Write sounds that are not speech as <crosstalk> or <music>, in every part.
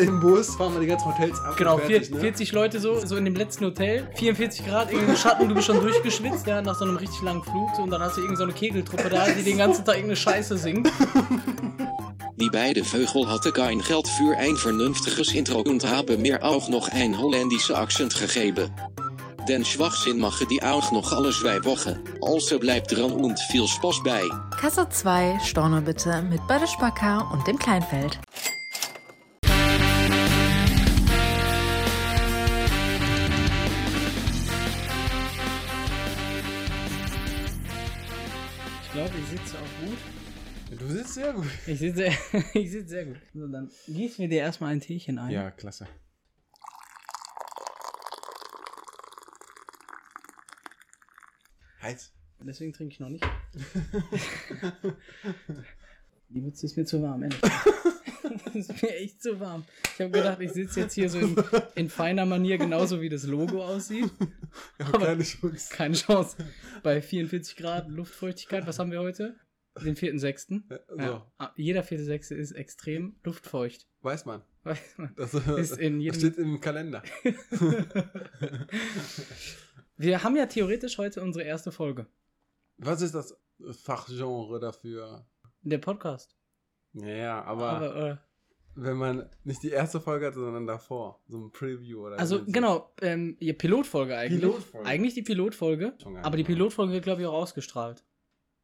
Im Bus Äh, fahren wir die ganzen Hotels ab. und Genau, fertig, ne? 40, Leute so, so in dem letzten Hotel, 44 Grad, irgendein Schatten, du bist schon durchgeschwitzt, ja, nach so einem richtig langen Flug so, und dann hast du irgendeine so eine Kegeltruppe da, die den ganzen Tag irgendeine Scheiße singt. Die beide vögel hadden kein geld voor een vernünftiges intro en hebben meer ook nog een Hollandische accent gegeven. Den Schwachsinn mag die auch nog alles wij wochen, also blijft er an und viel Spaß bij. Kasse 2, Storno bitte, mit bei der Sparkar und dem Kleinfeld. Ich glaube, ich sitze auch gut. Ne? Du sitzt sehr gut. Ich sitze, <laughs> ich sitze sehr gut. So, dann gießen wir dir erstmal ein Teechen ein. Ja, klasse. <laughs> Heiß. Deswegen trinke ich noch nicht. Die Mütze ist mir zu warm, ehrlich. <laughs> Das ist mir echt zu warm. Ich habe gedacht, ich sitze jetzt hier so in, in feiner Manier, genauso wie das Logo aussieht. Ja, Aber- keine Chance. Keine Chance. Bei 44 Grad Luftfeuchtigkeit, was haben wir heute? Den 4.6. So, Ja. Ah, Jeder 4.6. ist extrem luftfeucht. <laughs> weiß man. Weiß man. <laughs> Das Ist in jedem- steht im Kalender. Wir haben ja theoretisch heute unsere erste Folge. Was ist das Fachgenre dafür? Der Podcast. Ja, aber, Aber, äh, wenn man nicht die erste Folge hat, sondern davor, so ein Preview oder also so. genau, ähm, ihr Pilotfolge eigentlich. Äh, Pilotfolge. Eigentlich die Pilotfolge. Schon geil. Aber die Pilotfolge wird, glaube ich, auch ausgestrahlt.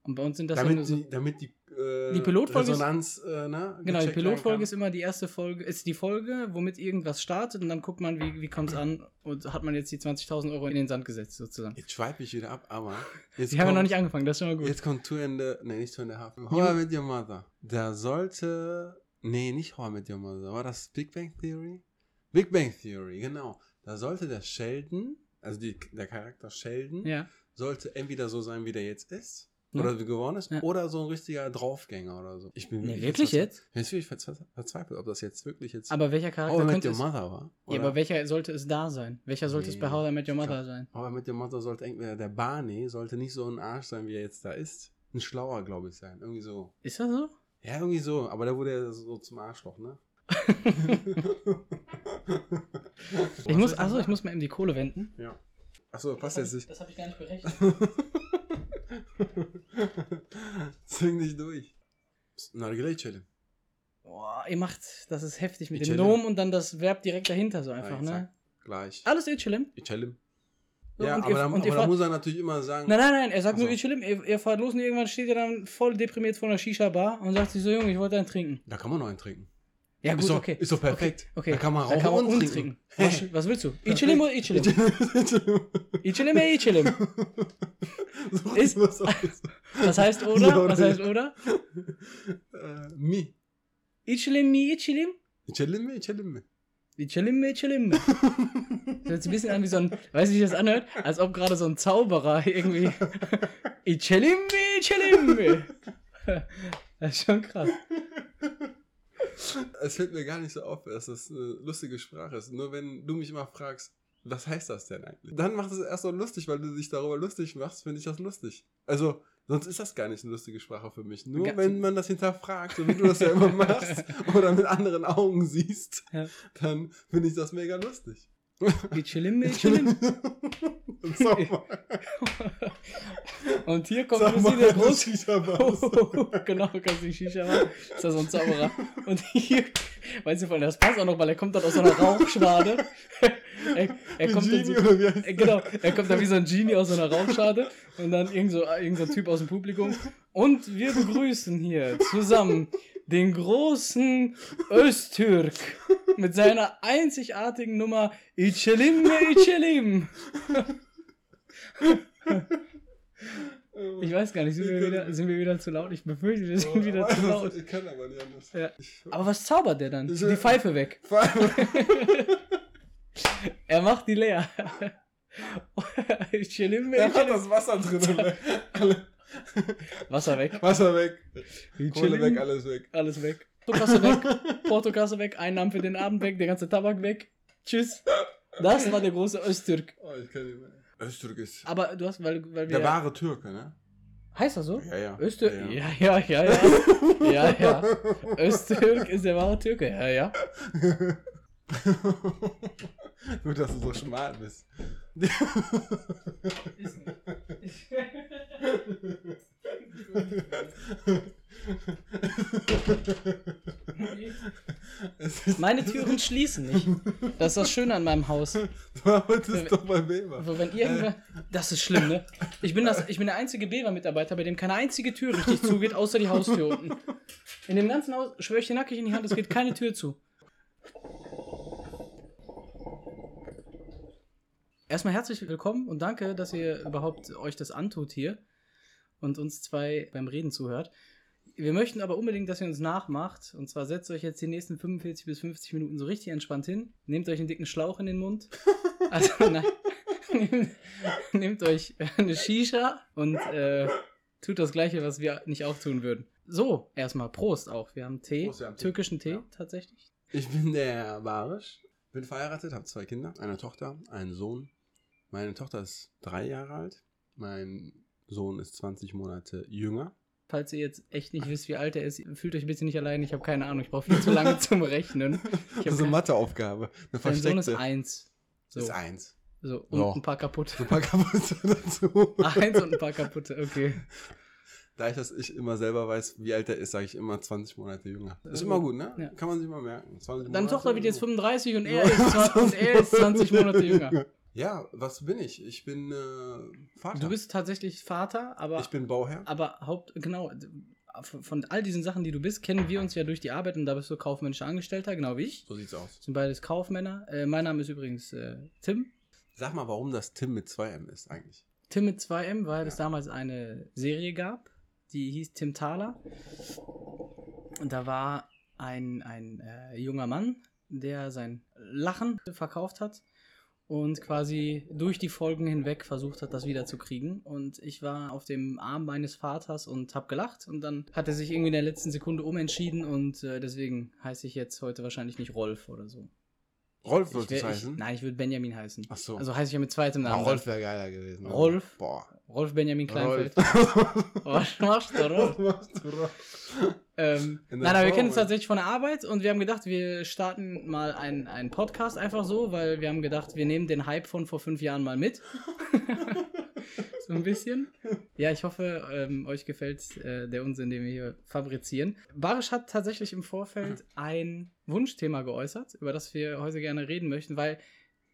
Und bei uns sind das ja nur damit, so. die, damit die, äh, Die Pilotfolge ist- Resonanz, äh, ne? Genau, die gecheckt werden Pilotfolge kann. ist immer die erste Folge, ist die Folge, womit irgendwas startet und dann guckt man, wie, wie kommt es an und hat man jetzt die 20.000 Euro in den Sand gesetzt sozusagen. Jetzt schweife ich wieder ab, <laughs> aber. Jetzt Die haben ja noch kommt- nicht angefangen, das ist schon mal gut. Jetzt kommt Two and the, nee, nicht Two and a Half. Horror with Your Mother. Da sollte, nee, nicht Horror with Your Mother. War das Big Bang Theory? Big Bang Theory, genau. Da sollte der Sheldon, also die, der Charakter Sheldon, Ja, sollte entweder so sein, wie der jetzt ist, Ja. oder wie geworden ist, Ja. oder so ein richtiger Draufgänger oder so. Ich bin Nee, wirklich jetzt? Jetzt bin ich verzwe- verzweifelt, ob das jetzt wirklich jetzt aber welcher Horror Charakter with könnte Your es... Mother war. Ja, oder? aber welcher sollte es da sein? Welcher sollte es bei Nee, How I Met Your ich Mother glaub- sein? Aber mit dem Motto sollte entweder der Barney sollte nicht so ein Arsch sein, wie er jetzt da ist. Ein schlauer, glaube ich, sein. Irgendwie so. Ist das so? Ja, irgendwie so. Aber da wurde er so zum Arschloch, ne? <laughs> Ich muss, achso, ich muss mal eben die Kohle wenden. Ja. Achso, passt jetzt nicht. <laughs> Das habe ich gar nicht berechnet. Zwing dich durch. Nargile chillen. <laughs> Boah, ihr macht, das ist heftig mit Ich dem challenge. Nomen und dann das Verb direkt dahinter so einfach, Ja, ne? exakt. Gleich. Alles eh Echelem. Ich chillen. So, Ja, und aber, ihr- da, und aber ihr da fahrt- muss er natürlich immer sagen, Nein, nein, nein, er sagt Ach so. nur Echelem, ihr, ihr fahrt los und irgendwann steht ihr dann voll deprimiert vor einer Shisha-Bar und sagt sich so, Junge, ich wollte einen trinken. da kann man noch einen trinken. Ja gut, ist doch, okay. Ist doch perfekt. Okay, Da kann man rauchen und trinken. Was, was willst du? Echelem oder Echelem? <laughs> Echelem oder Echelem? Such Ist- dir was aus. <laughs> Was heißt Ja, oder? Was oder? heißt oder? Äh, Mi. Echelem, mi, Echelem? Chelimme, Chelimme. Die Chilimme, Chilimme. Das hört sich ein bisschen an wie so ein, weiß nicht, wie sich das anhört, als ob gerade so ein <laughs> Zauberer irgendwie. I Chilimme, Chilimme. Das ist schon krass. Es fällt mir gar nicht so auf, dass das eine lustige Sprache ist. Nur wenn du mich immer fragst, was heißt das denn eigentlich? Dann macht es erst so lustig, weil du dich darüber lustig machst, finde ich das lustig. Also, sonst ist das gar nicht eine lustige Sprache für mich. Nur Ga- wenn man das hinterfragt, so wie du das ja immer <laughs> machst oder mit anderen Augen siehst, Ja. dann finde ich das mega lustig. I Chilimme, Chilimme. <laughs> Sag mal, Und hier kommt sag Lucy mal, der der Groß. Groß. <laughs> genau, kannst du die Shisha machen. Ist ja so ein Zauberer. Und hier, weißt du, vor allem, das passt auch noch, weil er kommt dann aus so einer Rauchschwade. <laughs> er, er kommt dann so, Genie oder wie heißt Äh, Genau, er kommt da wie so ein Genie aus so einer Raumschade und dann irgend so, äh, irgend so ein Typ aus dem Publikum. Und wir begrüßen hier zusammen den großen Öztürk mit seiner einzigartigen Nummer Ichelim Ichelim. Oh Ich weiß gar nicht, sind wir wieder, sind wir wieder zu laut? Ich befürchte, wir sind wieder zu laut. Oh, Ich kann aber nicht anders. genau Ja. Ich- Aber was zaubert der dann? Die Pfeife weg. Vor <laughs> allem, Er macht die leer. <laughs> ich nehme er hat das Wasser drin. ne? Alle- Wasser weg. Wasser weg, Kohle Chillen. weg, alles weg. Alles weg. Portokasse <laughs> weg. Portokasse weg. Einnahmen für den Abend weg. Der ganze Tabak weg. Tschüss. Das war der große Östtürk. Oh, ich kann nicht mehr. Österreich ist Aber du hast, weil, weil wir. der wahre Türke, ne? Heißt er so? Ja, ja. Östürk? Ja, Ja, ja, ja, ja. ja, ja. <laughs> Östürk ist der wahre Türke. Ja, ja. Gut, dass du so schmal bist. <laughs> Ist nicht. Es ist- Meine Türen schließen nicht. Das ist das Schöne an meinem Haus. Du arbeitest doch bei Weber. Also wenn irgendwer, das ist schlimm, ne? Ich bin, das, ich bin der einzige Bewa-Mitarbeiter, bei dem keine einzige Tür richtig zugeht, außer die Haustür unten. In dem ganzen Haus schwöre ich dir nackig in die Hand, es geht keine Tür zu. Erstmal herzlich willkommen und danke, dass ihr überhaupt euch das antut hier und uns zwei beim Reden zuhört. Wir möchten aber unbedingt, dass ihr uns nachmacht. Und zwar setzt euch jetzt die nächsten 45 bis 50 Minuten so richtig entspannt hin. Nehmt euch einen dicken Schlauch in <laughs> den Mund. Also nein. <laughs> Nehmt, nehmt euch eine Shisha und äh, tut das Gleiche, was wir nicht auch tun würden. So, erstmal Prost auch. Wir haben Tee, Prost, wir haben Tee. türkischen Tee Ja. tatsächlich. Ich bin der Barisch, bin verheiratet, habe zwei Kinder, eine Tochter, einen Sohn. Meine Tochter ist drei Jahre alt, mein Sohn ist 20 Monate jünger. Falls ihr jetzt echt nicht wisst, wie alt er ist, fühlt euch bitte nicht allein. Ich habe keine Ahnung. Ich brauche viel zu lange zum Rechnen. Das ist keine- eine Matheaufgabe, eine <laughs> Mein Sohn versteckte. ist eins. So, Ist eins. so und Ja. ein paar kaputte. <laughs> So ein paar Kapuze <laughs> dazu. Eins und ein paar kaputte, okay. Da ich das ich immer selber weiß, wie alt er ist, sage ich immer 20 Monate jünger. Ist Ja, immer gut. gut, ne? Ja. Kann man sich mal merken. 20 Deine Monate Tochter wird ist jetzt gut. 35 <laughs> und er, ist 20, und er ist 20 Monate jünger. Ja, was bin ich? Ich bin äh, Vater. Du bist Ah. tatsächlich Vater, aber, ich bin Bauherr. aber Haupt, genau, d- von von all diesen Sachen, die du bist, kennen wir uns ja durch die Arbeit und da bist du kaufmännischer Angestellter, genau wie ich. So sieht's aus. Sind beides Kaufmänner. Äh, mein Name ist übrigens äh, Tim. Sag mal, warum das Tim mit 2M ist eigentlich. Tim mit 2M, weil es Ja. damals eine Serie gab, die hieß Tim Thaler. Und da war ein, ein äh, junger Mann, der sein Lachen verkauft hat und quasi durch die Folgen hinweg versucht hat, das wiederzukriegen. Und ich war auf dem Arm meines Vaters und hab gelacht. Und dann hat er sich irgendwie in der letzten Sekunde umentschieden und äh, deswegen heiße ich jetzt heute wahrscheinlich nicht Rolf oder so. Rolf Ich sollte wär- es ich, heißen. Nein, ich würde Benjamin heißen. Ach so. Also heiße ich ja mit zweitem Ah, Namen. Rolf wäre geiler gewesen. ne? Rolf? Boah. Rolf Benjamin Kleinfeld. Rolf. <laughs> <laughs> Was machst du, Was Rolf? machst du, Rolf? Ähm, In nein, der aber wir Form, kennen uns ey. tatsächlich von der Arbeit und wir haben gedacht, wir starten mal einen, einen Podcast einfach so, weil wir haben gedacht, wir nehmen den Hype von vor fünf Jahren <laughs> mal mit. so ein bisschen. Ja, ich hoffe, ähm, euch gefällt äh, der Unsinn, den wir hier fabrizieren. Barisch hat tatsächlich im Vorfeld ein Wunschthema geäußert, über das wir heute gerne reden möchten, weil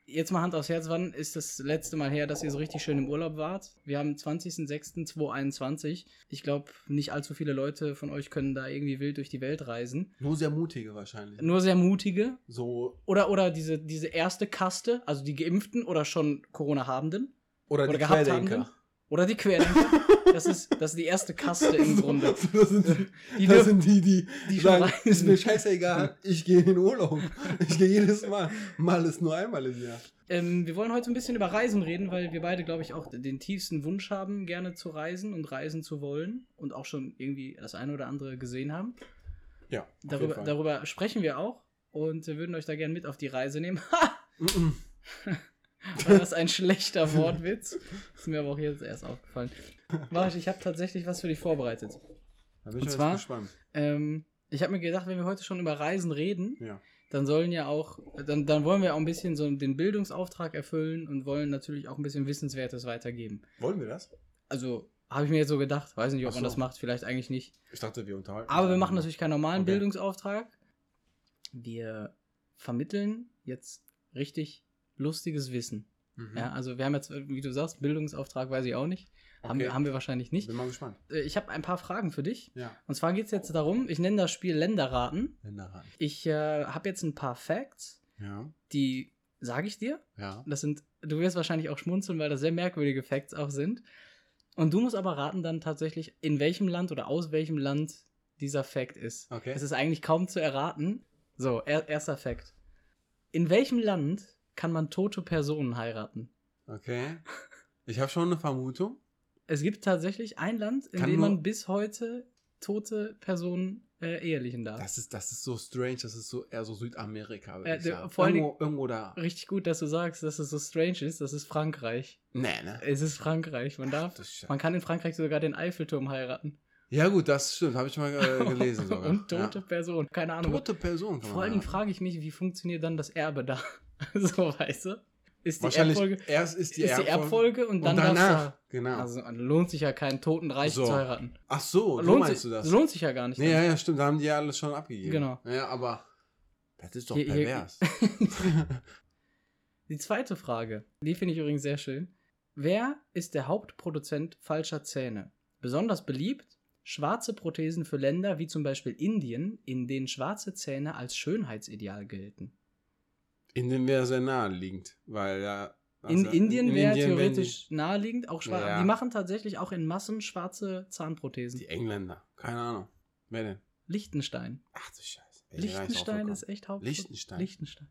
jetzt mal Hand aufs Herz, wann ist das letzte Mal her, dass ihr so richtig schön im Urlaub wart? Wir haben 20.06.2021. Ich glaube, nicht allzu viele Leute von euch können da irgendwie wild durch die Welt reisen. Nur sehr mutige wahrscheinlich. Nur sehr mutige. So. Oder, oder diese, diese erste Kaste, also die Geimpften oder schon Corona-Habenden. Oder, Oder die gehabt Querdenker. haben. Oder <laughs> die Querdenker. Das ist, das ist die erste Kaste im Grunde. Das sind die, Die das dürfen sind die, die, die schon sagen, reisen. ist mir scheißegal, ich gehe in den Urlaub. Ich gehe jedes Mal. Mal ist nur einmal im Jahr. Ähm, wir wollen heute ein bisschen über Reisen reden, weil wir beide, glaube ich, auch den tiefsten Wunsch haben, gerne zu reisen und reisen zu wollen und auch schon irgendwie das eine oder andere gesehen haben. Ja, auf Darüber, jeden Fall. darüber sprechen wir auch und wir würden euch da gerne mit auf die Reise nehmen. <laughs> Ha! Mhm. War das ein schlechter Wortwitz? Ist mir aber auch jetzt erst aufgefallen. Warte, ich habe tatsächlich was für dich vorbereitet. Da bin Und ich zwar- zwar, jetzt gespannt. Ähm, ich habe mir gedacht, wenn wir heute schon über Reisen reden, Ja. dann sollen ja auch, dann, dann wollen wir auch ein bisschen so den Bildungsauftrag erfüllen und wollen natürlich auch ein bisschen Wissenswertes weitergeben. Wollen wir das? Also habe ich mir jetzt so gedacht, weiß nicht, ob Ach man so. das macht, vielleicht eigentlich nicht. Ich dachte, wir unterhalten. Aber uns wir machen darüber. natürlich keinen normalen Okay. Bildungsauftrag. Wir vermitteln jetzt richtig lustiges Wissen. Mhm. Ja, also wir haben jetzt, wie du sagst, Bildungsauftrag weiß ich auch nicht. Haben, Okay. wir, haben wir wahrscheinlich nicht. Bin mal gespannt. Äh, Ich habe ein paar Fragen für dich. Ja. Und zwar geht es jetzt darum, ich nenne das Spiel Länderraten. Länderraten. Ich äh, habe jetzt ein paar Facts, Ja. die sage ich dir. Ja. Das sind, du wirst wahrscheinlich auch schmunzeln, weil das sehr merkwürdige Facts auch sind. Und du musst aber raten dann tatsächlich, in welchem Land oder aus welchem Land dieser Fact ist. Okay. Es ist eigentlich kaum zu erraten. So, er, erster Fact. In welchem Land kann man tote Personen heiraten? Okay. Ich habe schon eine <laughs> Vermutung. Es gibt tatsächlich ein Land, in Kann dem nur- man bis heute tote Personen äh, Ehelichen da. Das ist, das ist so strange, das ist so eher so Südamerika. würde Äh, ich der- sagen. vor allen irgendwo, irgendwo da. Richtig gut, dass du sagst, dass es so strange ist. Das ist Frankreich. Nee, ne? Es ist Frankreich. Man darf. Das ist ja- Man kann in Frankreich sogar den Eiffelturm heiraten. Ja, gut, das stimmt, habe ich mal <laughs> äh, gelesen sogar. Und tote ja. Person. Keine Ahnung. Tote Person. kann Vor man allem sagen. frage ich mich, wie funktioniert dann das Erbe da? <laughs> so, weißt du? Ist die Wahrscheinlich Erbfolge, erst ist die ist die Erbfolge. Erbfolge und dann und danach. darfst du. Genau. Also lohnt sich ja keinen toten Reich So. zu heiraten. Ach so, so lohnt meinst sich, du das? Lohnt sich ja gar nicht. Nee, dann. ja, ja, stimmt, da haben die ja alles schon abgegeben. Genau. Ja, aber das ist doch Hier- hier- <laughs> pervers. Die zweite Frage, die finde ich übrigens sehr schön. Wer ist der Hauptproduzent falscher Zähne? Besonders beliebt schwarze Prothesen für Länder wie zum Beispiel Indien, in denen schwarze Zähne als Schönheitsideal gelten. Indien wäre sehr naheliegend, weil ja. In also Indien wäre Indien wären theoretisch naheliegend, auch schwarz. Ja. Die machen tatsächlich auch in Massen schwarze Die, Zahnprothesen. die Engländer. Keine Ahnung. Wer denn? Liechtenstein. Ach du Scheiße. Ey, ich bin gar nicht drauf Liechtenstein gekommen. ist echt Haupt. Liechtenstein. Liechtenstein.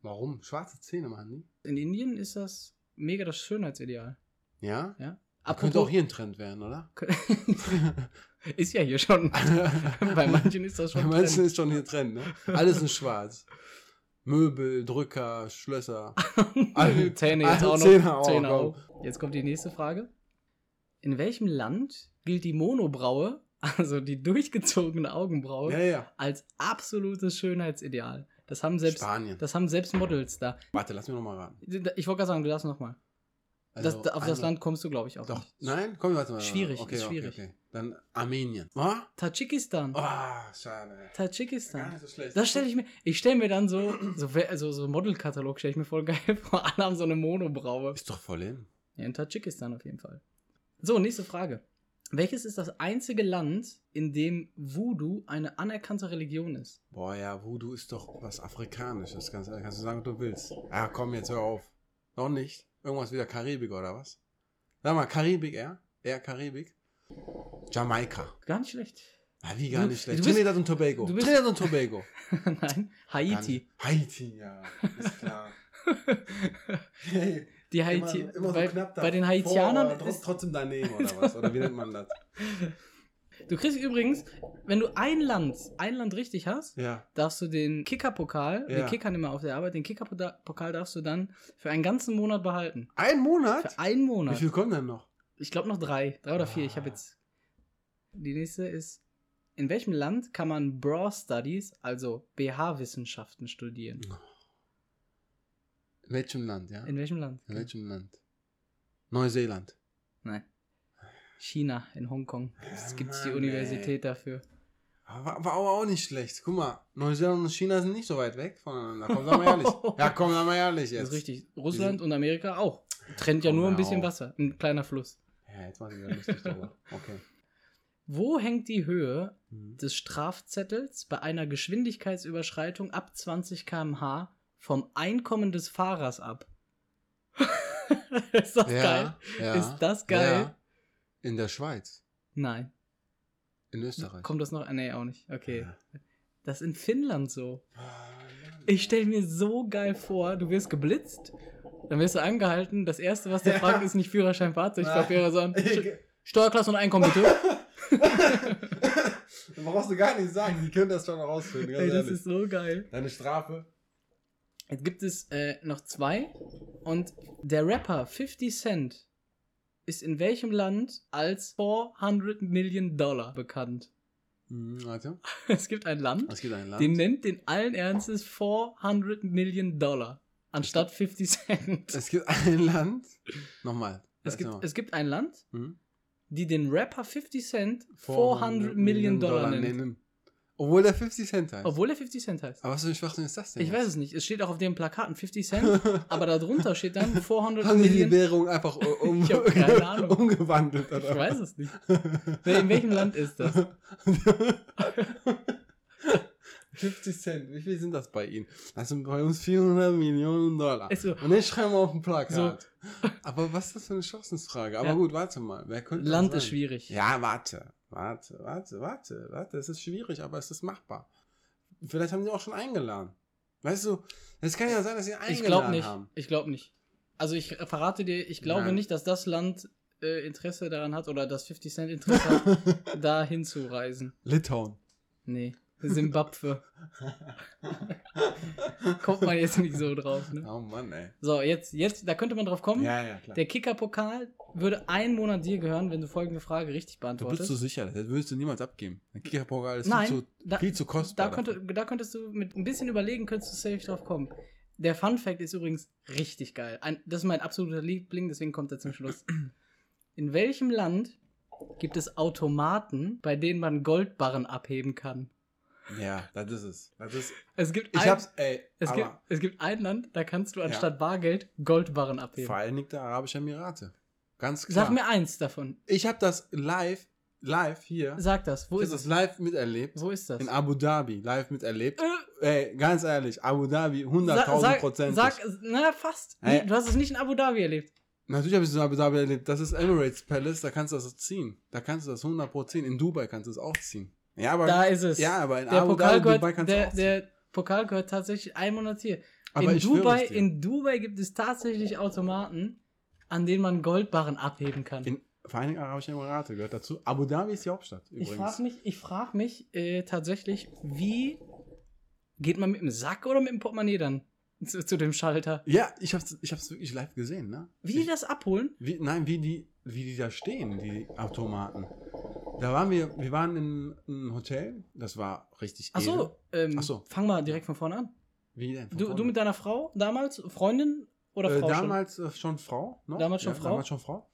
Warum? Schwarze Zähne machen die? In Indien ist das mega das Schönheitsideal. Ja? Ja. Könnte auch hier ein Trend werden, oder? <laughs> ist ja hier schon. <laughs> Bei manchen ist das Also, <laughs> Bei schon. manchen Trend. ist schon hier Trend, ne? Alles in schwarz. Möbel, Drücker, Schlösser. <laughs> Alle- Zähne alle jetzt auch noch. Zähne auch, Zähne komm. auch. Jetzt kommt die nächste Frage. In welchem Land gilt die Monobraue, also die durchgezogene Augenbraue, Ja, ja. als absolutes Schönheitsideal? Das haben selbst, Spanien. das haben selbst Models da. Warte, lass mich nochmal raten. Ich wollte gerade sagen, du darfst nochmal. Also das, auf das einmal- Land kommst du, glaube ich, auch Doch, nicht. nein? Komm, warte mal. Schwierig, okay, ist okay, schwierig. Okay. Dann Armenien. Ah, Tadschikistan. Ah, schade. Gar Tadschikistan. nicht so schlecht. Das stelle ich mir, ich stelle mir dann so, so, wer- also so Modelkatalog stelle ich mir voll geil <laughs> vor. Alle haben so eine Monobraue. Ist doch voll in. Ja, in Tadschikistan auf jeden Fall. So, nächste Frage. Welches ist das einzige Land, in dem Voodoo eine anerkannte Religion ist? Boah, ja, Voodoo ist doch was Afrikanisches. Kannst, äh, kannst du sagen, was du willst. Ah, komm, jetzt hör auf. Noch nicht. Irgendwas wieder Karibik oder was? Sag mal, Karibik, ja? Eher Karibik? Jamaika. Gar nicht schlecht. <laughs> Ah, wie gar Du- nicht du schlecht. bist- Trinidad und Tobago. du bist- Trinidad und <laughs> Tobago. Nein, Gar Haiti. nicht. Haiti, ja. Ist klar. <laughs> Hey, Die immer, Haiti. immer so bei, knapp bei den davor, Haitianern aber tro- ist, Trotzdem daneben oder was? Oder wie nennt man das? Du kriegst übrigens, wenn du ein Land, ein Land richtig <laughs> hast, Ja. darfst du den Kickerpokal, wir Ja. kickern immer auf der Arbeit, den Kickerpokal darfst du dann für einen ganzen Monat behalten. Ein Monat? Für einen Wie Monat. viel kommen denn noch? Ich glaube noch drei, drei oder vier. Ich habe Ah. jetzt. Die nächste ist: In welchem Land kann man Bra Studies, also BH-Wissenschaften, studieren? In welchem Land, ja? In welchem Land? In welchem Land? Neuseeland. Nein. China, in Hongkong. Es Ja, gibt die Mann, Universität dafür. Ah, War, war aber auch nicht schlecht. Guck mal, Neuseeland und China sind nicht so weit weg voneinander. Komm, sag mal ehrlich. <laughs> Ja, komm, sag mal ehrlich jetzt. Genau. Das ist richtig. Russland sind- und Amerika auch. Trennt ja Komm, nur ein hör bisschen auf. Wasser. Ein kleiner Fluss. Ja, jetzt war sie wieder lustig drüber. <laughs> Okay. Wo hängt die Höhe Mhm. des Strafzettels bei einer Geschwindigkeitsüberschreitung ab 20 km/h vom Einkommen des Fahrers ab? <laughs> ist das geil? ja, Ist das geil? ja. In der Schweiz. Nein. In Österreich. Kommt das noch? Ah, Nee, auch nicht. Okay. Ja. Oh, Das ist in Finnland so. Ich stelle mir so geil vor, du wirst geblitzt, dann wirst du angehalten. Das Erste, was der Ja. fragt, ist nicht Führerschein, <laughs> Fahrzeugpapiere, sondern Sch- <laughs> Ey, Steuerklasse und Einkommen, <laughs> bitte. das brauchst du gar nicht sagen. Die können das schon rausfinden. Ganz Ey, das ehrlich. ist so geil. Deine Strafe. Jetzt gibt es äh, noch zwei. Und der Rapper 50 Cent ist in welchem Land als 400 Million Dollar bekannt? <laughs> Mhm, warte. Es gibt ein Land, Es gibt ein Land. Den nennt den allen Ernstes 400 Million Dollar anstatt 50 <laughs> Cent. es gibt ein Land. Nochmal. Es Erzähl gibt, mal. es gibt ein Land, Mhm. die den Rapper 50 Cent 400 Million Dollar nennt. Obwohl der 50 Cent heißt. Obwohl er 50 Cent heißt. Aber was für ein Schwachsinn ist das denn? Ich weiß es nicht. Es steht auch auf den Plakaten 50 <laughs> Cent, aber darunter steht dann 400 Haben die die Million. Währung einfach u- um, <laughs> Ich hab keine <laughs> Ahnung. umgewandelt? Ich Oder? weiß es nicht. Nee, in welchem Land <laughs> ist das? 50 Cent, wie viel sind das bei Ihnen? Das sind bei uns 400 Millionen Dollar. Ist so. Und den schreiben wir auf den Plakat. <laughs> Aber was ist das für eine Chancensfrage? Aber Ja. gut, warte mal. Wer könnte das Land sein? ist schwierig. Ja, warte, warte, warte, warte, warte. Es ist schwierig, aber es ist machbar. Vielleicht haben die auch schon eingeladen. Weißt du, es kann ja sein, dass sie eingeladen ich glaube nicht. haben. Ich glaube nicht. Also ich verrate dir, ich glaube Nein. nicht, dass das Land <laughs> äh, Interesse daran hat oder dass 50 Cent Interesse hat, da hinzureisen. Litauen. Nee, <laughs> Simbabwe. Kommt man jetzt nicht so drauf, ne? Oh Mann, ey. So, jetzt, jetzt, da könnte man drauf kommen. Ja, ja, klar. Der Kicker-Pokal würde einen Monat dir gehören, wenn du folgende Frage richtig Da bist beantwortest. du sicher, das würdest du niemals abgeben. Ein Kicker-Pokal ist Nein, viel, zu, da- viel zu da, kostbar. könnte, da könntest du mit ein bisschen überlegen, könntest du safe drauf kommen. Der Fun Fact ist übrigens richtig geil. Ein, das ist mein absoluter Liebling, deswegen kommt er <clears throat> zum Schluss. In welchem Land gibt es Automaten, bei denen man Goldbarren abheben kann? dafür. Ja, das ist es. Das ist, Es gibt, ich ein, hab's, ey, es, gibt, aber es gibt ein Land, da kannst du anstatt Bargeld Goldbarren abheben. Vereinigte Arabische Emirate. Ganz klar. Sag mir eins davon. ich habe das live, live hier, Sag das. Wo ich ist hab das das? live miterlebt. Wo ist das? In Abu Dhabi, live miterlebt. Äh, Ey, ganz ehrlich, Abu Dhabi, sa- 100.000 sag, Prozent. sag, na fast. Hey. Du hast es nicht in Abu Dhabi erlebt. Natürlich habe ich es in Abu Dhabi erlebt. Das ist Emirates Palace, da kannst du das ziehen. Da kannst du das 100% ziehen. In Dubai kannst du es auch ziehen. Ja, aber, Da ist es. ja, aber in der Abu Pokal Dhabi, Dubai gehört, kannst du der, auch ziehen. der Pokal gehört tatsächlich einen Monat hier. Aber in, ich schwöre Dubai, es dir. in Dubai gibt es tatsächlich Automaten, an denen man Goldbarren abheben kann. In Vereinigten Arabischen Emirate gehört dazu. Abu Dhabi ist die Hauptstadt ich übrigens. frage mich, ich frag mich äh, tatsächlich, wie geht man mit dem Sack oder mit dem Portemonnaie dann zu, zu dem Schalter? Ja, ich hab's, ich hab's wirklich live gesehen, ne? Wie die ich, das abholen? wie, nein, wie die, wie die da stehen, die Automaten. Da waren wir, wir waren in einem Hotel, das war richtig edel. Achso, ähm, Ach so. fang mal direkt von vorne an. Wie denn? Von Du, vorne? du mit deiner Frau damals, Freundin oder äh, Frau schon? damals äh, schon Frau, ne? Damals schon ja, Frau? Damals schon Frau.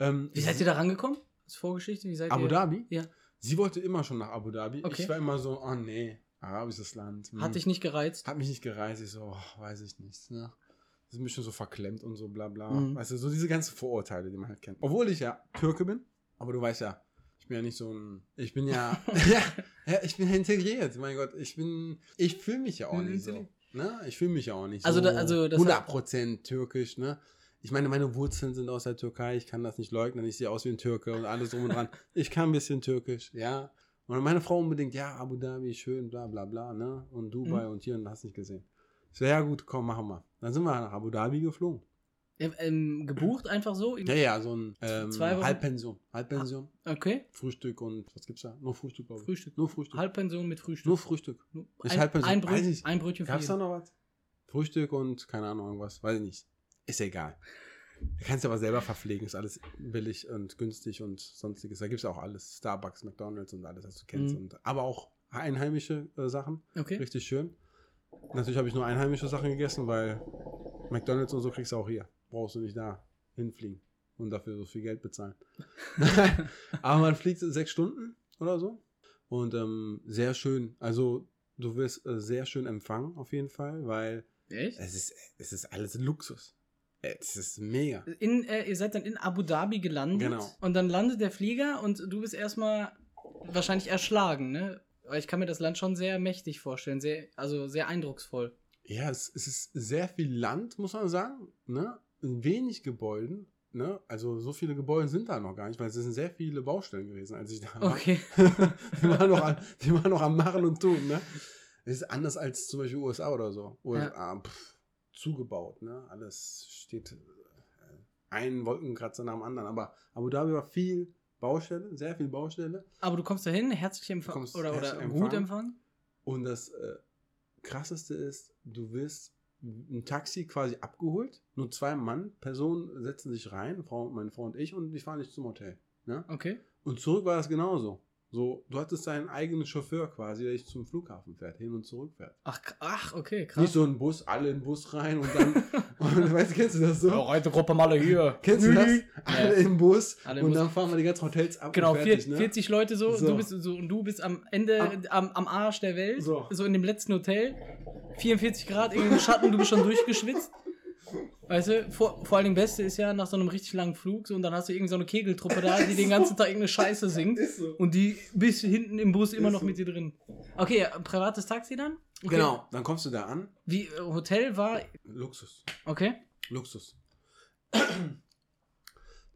Ähm, Wie seid ihr da rangekommen? Das ist Vorgeschichte, wie seid Abu ihr? Dhabi? Ja. Sie wollte immer schon nach Abu Dhabi. Okay. Ich war immer so, oh nee, arabisches Land. hm. Hat dich nicht gereizt? Hat mich nicht gereizt. Ich so, oh, weiß ich nicht. Ne? Das ist ein bisschen so verklemmt und so bla bla. Mhm. Weißt du, so diese ganzen Vorurteile, die man halt kennt. Obwohl ich ja Türke bin, aber du weißt ja, ich bin ja nicht so ein. Ich bin ja. <laughs> <laughs> ja, ja, ich bin ja integriert. Mein Gott, ich bin. Ich fühle mich ja auch Mhm, nicht so. integriert. Ne? Ich fühle mich ja auch nicht Also so. da- also das- 100% türkisch, ne? Ich meine, meine Wurzeln sind aus der Türkei. Ich kann das nicht leugnen. Ich sehe aus wie ein Türke und alles drum und <laughs> dran. Ich kann ein bisschen türkisch, ja. Und meine Frau unbedingt, ja, Abu Dhabi, schön, bla bla bla, ne? Und Dubai Mhm. und hier und hast nicht gesehen. Ich so, ja gut, komm, machen wir. Dann sind wir nach Abu Dhabi geflogen. Ähm, Ähm, gebucht einfach so? Ja, ja, so ein ähm, Zwei Wochen- Ah. Halbpension. Halbpension, Okay. Frühstück und was gibt's da? Nur Frühstück, glaube ich. Frühstück. Nur Frühstück. Halbpension mit Frühstück. Nur Frühstück. Nur Nicht ein, Halbpension, ein, weiß Brötchen, ich. ein Brötchen für Gab's da jeden. noch was? Frühstück und keine Ahnung, irgendwas. Weiß ich nicht. Ist egal. Du kannst ja aber selber verpflegen. Ist alles billig und günstig und sonstiges. Da gibt's ja auch alles. Starbucks, McDonalds und alles, was du kennst. Mhm. Und, aber auch einheimische äh, Sachen. Okay. Richtig schön. Natürlich habe ich nur einheimische Sachen gegessen, weil McDonalds und so kriegst du auch hier. Brauchst du nicht da hinfliegen und dafür so viel Geld bezahlen. <laughs> Aber man fliegt sechs Stunden oder so. Und ähm, sehr schön. Also du wirst äh, sehr schön empfangen auf jeden Fall, weil Echt? es ist, es ist alles Luxus. Es ist mega. In, äh, ihr seid dann in Abu Dhabi gelandet. Genau. Und dann landet der Flieger und du bist erstmal wahrscheinlich erschlagen, ne? Weil ich kann mir das Land schon sehr mächtig vorstellen, sehr, also sehr eindrucksvoll. Ja, es, es ist sehr viel Land, muss man sagen. Ne? Wenig Gebäuden. Ne? Also so viele Gebäude sind da noch gar nicht, weil es sind sehr viele Baustellen gewesen, als ich da war. Okay. <laughs> die, waren noch an, die waren noch am Machen und Tun, ne? Das ist anders als zum Beispiel USA oder so. USA, pff, zugebaut, ne? Alles steht äh, ein Wolkenkratzer nach dem anderen. Aber Abu Dhabi war viel Baustelle, sehr viel Baustelle. Aber du kommst dahin, herzlich Du empfangen kommst oder, oder herzlich gut empfangen. empfangen. Und das äh, krasseste ist, du wirst ein Taxi quasi abgeholt. Nur zwei Mann, Personen setzen sich rein, Frau, meine Frau und ich, und die fahren dich zum Hotel. Ne? Okay. Und zurück war das genauso. So, du hattest deinen eigenen Chauffeur quasi, der dich zum Flughafen fährt, hin und zurück fährt. Ach, k- ach okay, Nicht krass. so ein Bus, alle in den Bus rein und <laughs> dann. und, weißt du, kennst du das so? heute Gruppe mal hier. Kennst du das? Alle im Bus Alle im und Bus. dann fahren wir die ganzen Hotels ab. Genau, und fertig, 40, ne? 40 Leute so, So. Du bist, so und du bist am Ende, Am- am, am, Arsch der Welt, So. so. in dem letzten Hotel, 44 Grad irgendwie im Schatten, du bist schon durchgeschwitzt. Weißt du, vor, vor allem Beste ist ja nach so einem richtig langen Flug, so, und dann hast du irgendeine so eine Kegeltruppe da, die den ganzen Tag irgendeine Scheiße singt Ist so. und die bis hinten im Bus immer Ist noch so. mit dir drin. Okay, ja, privates Taxi dann? Okay. Genau, dann kommst du da an. Wie äh, Hotel war, Luxus. okay, Luxus.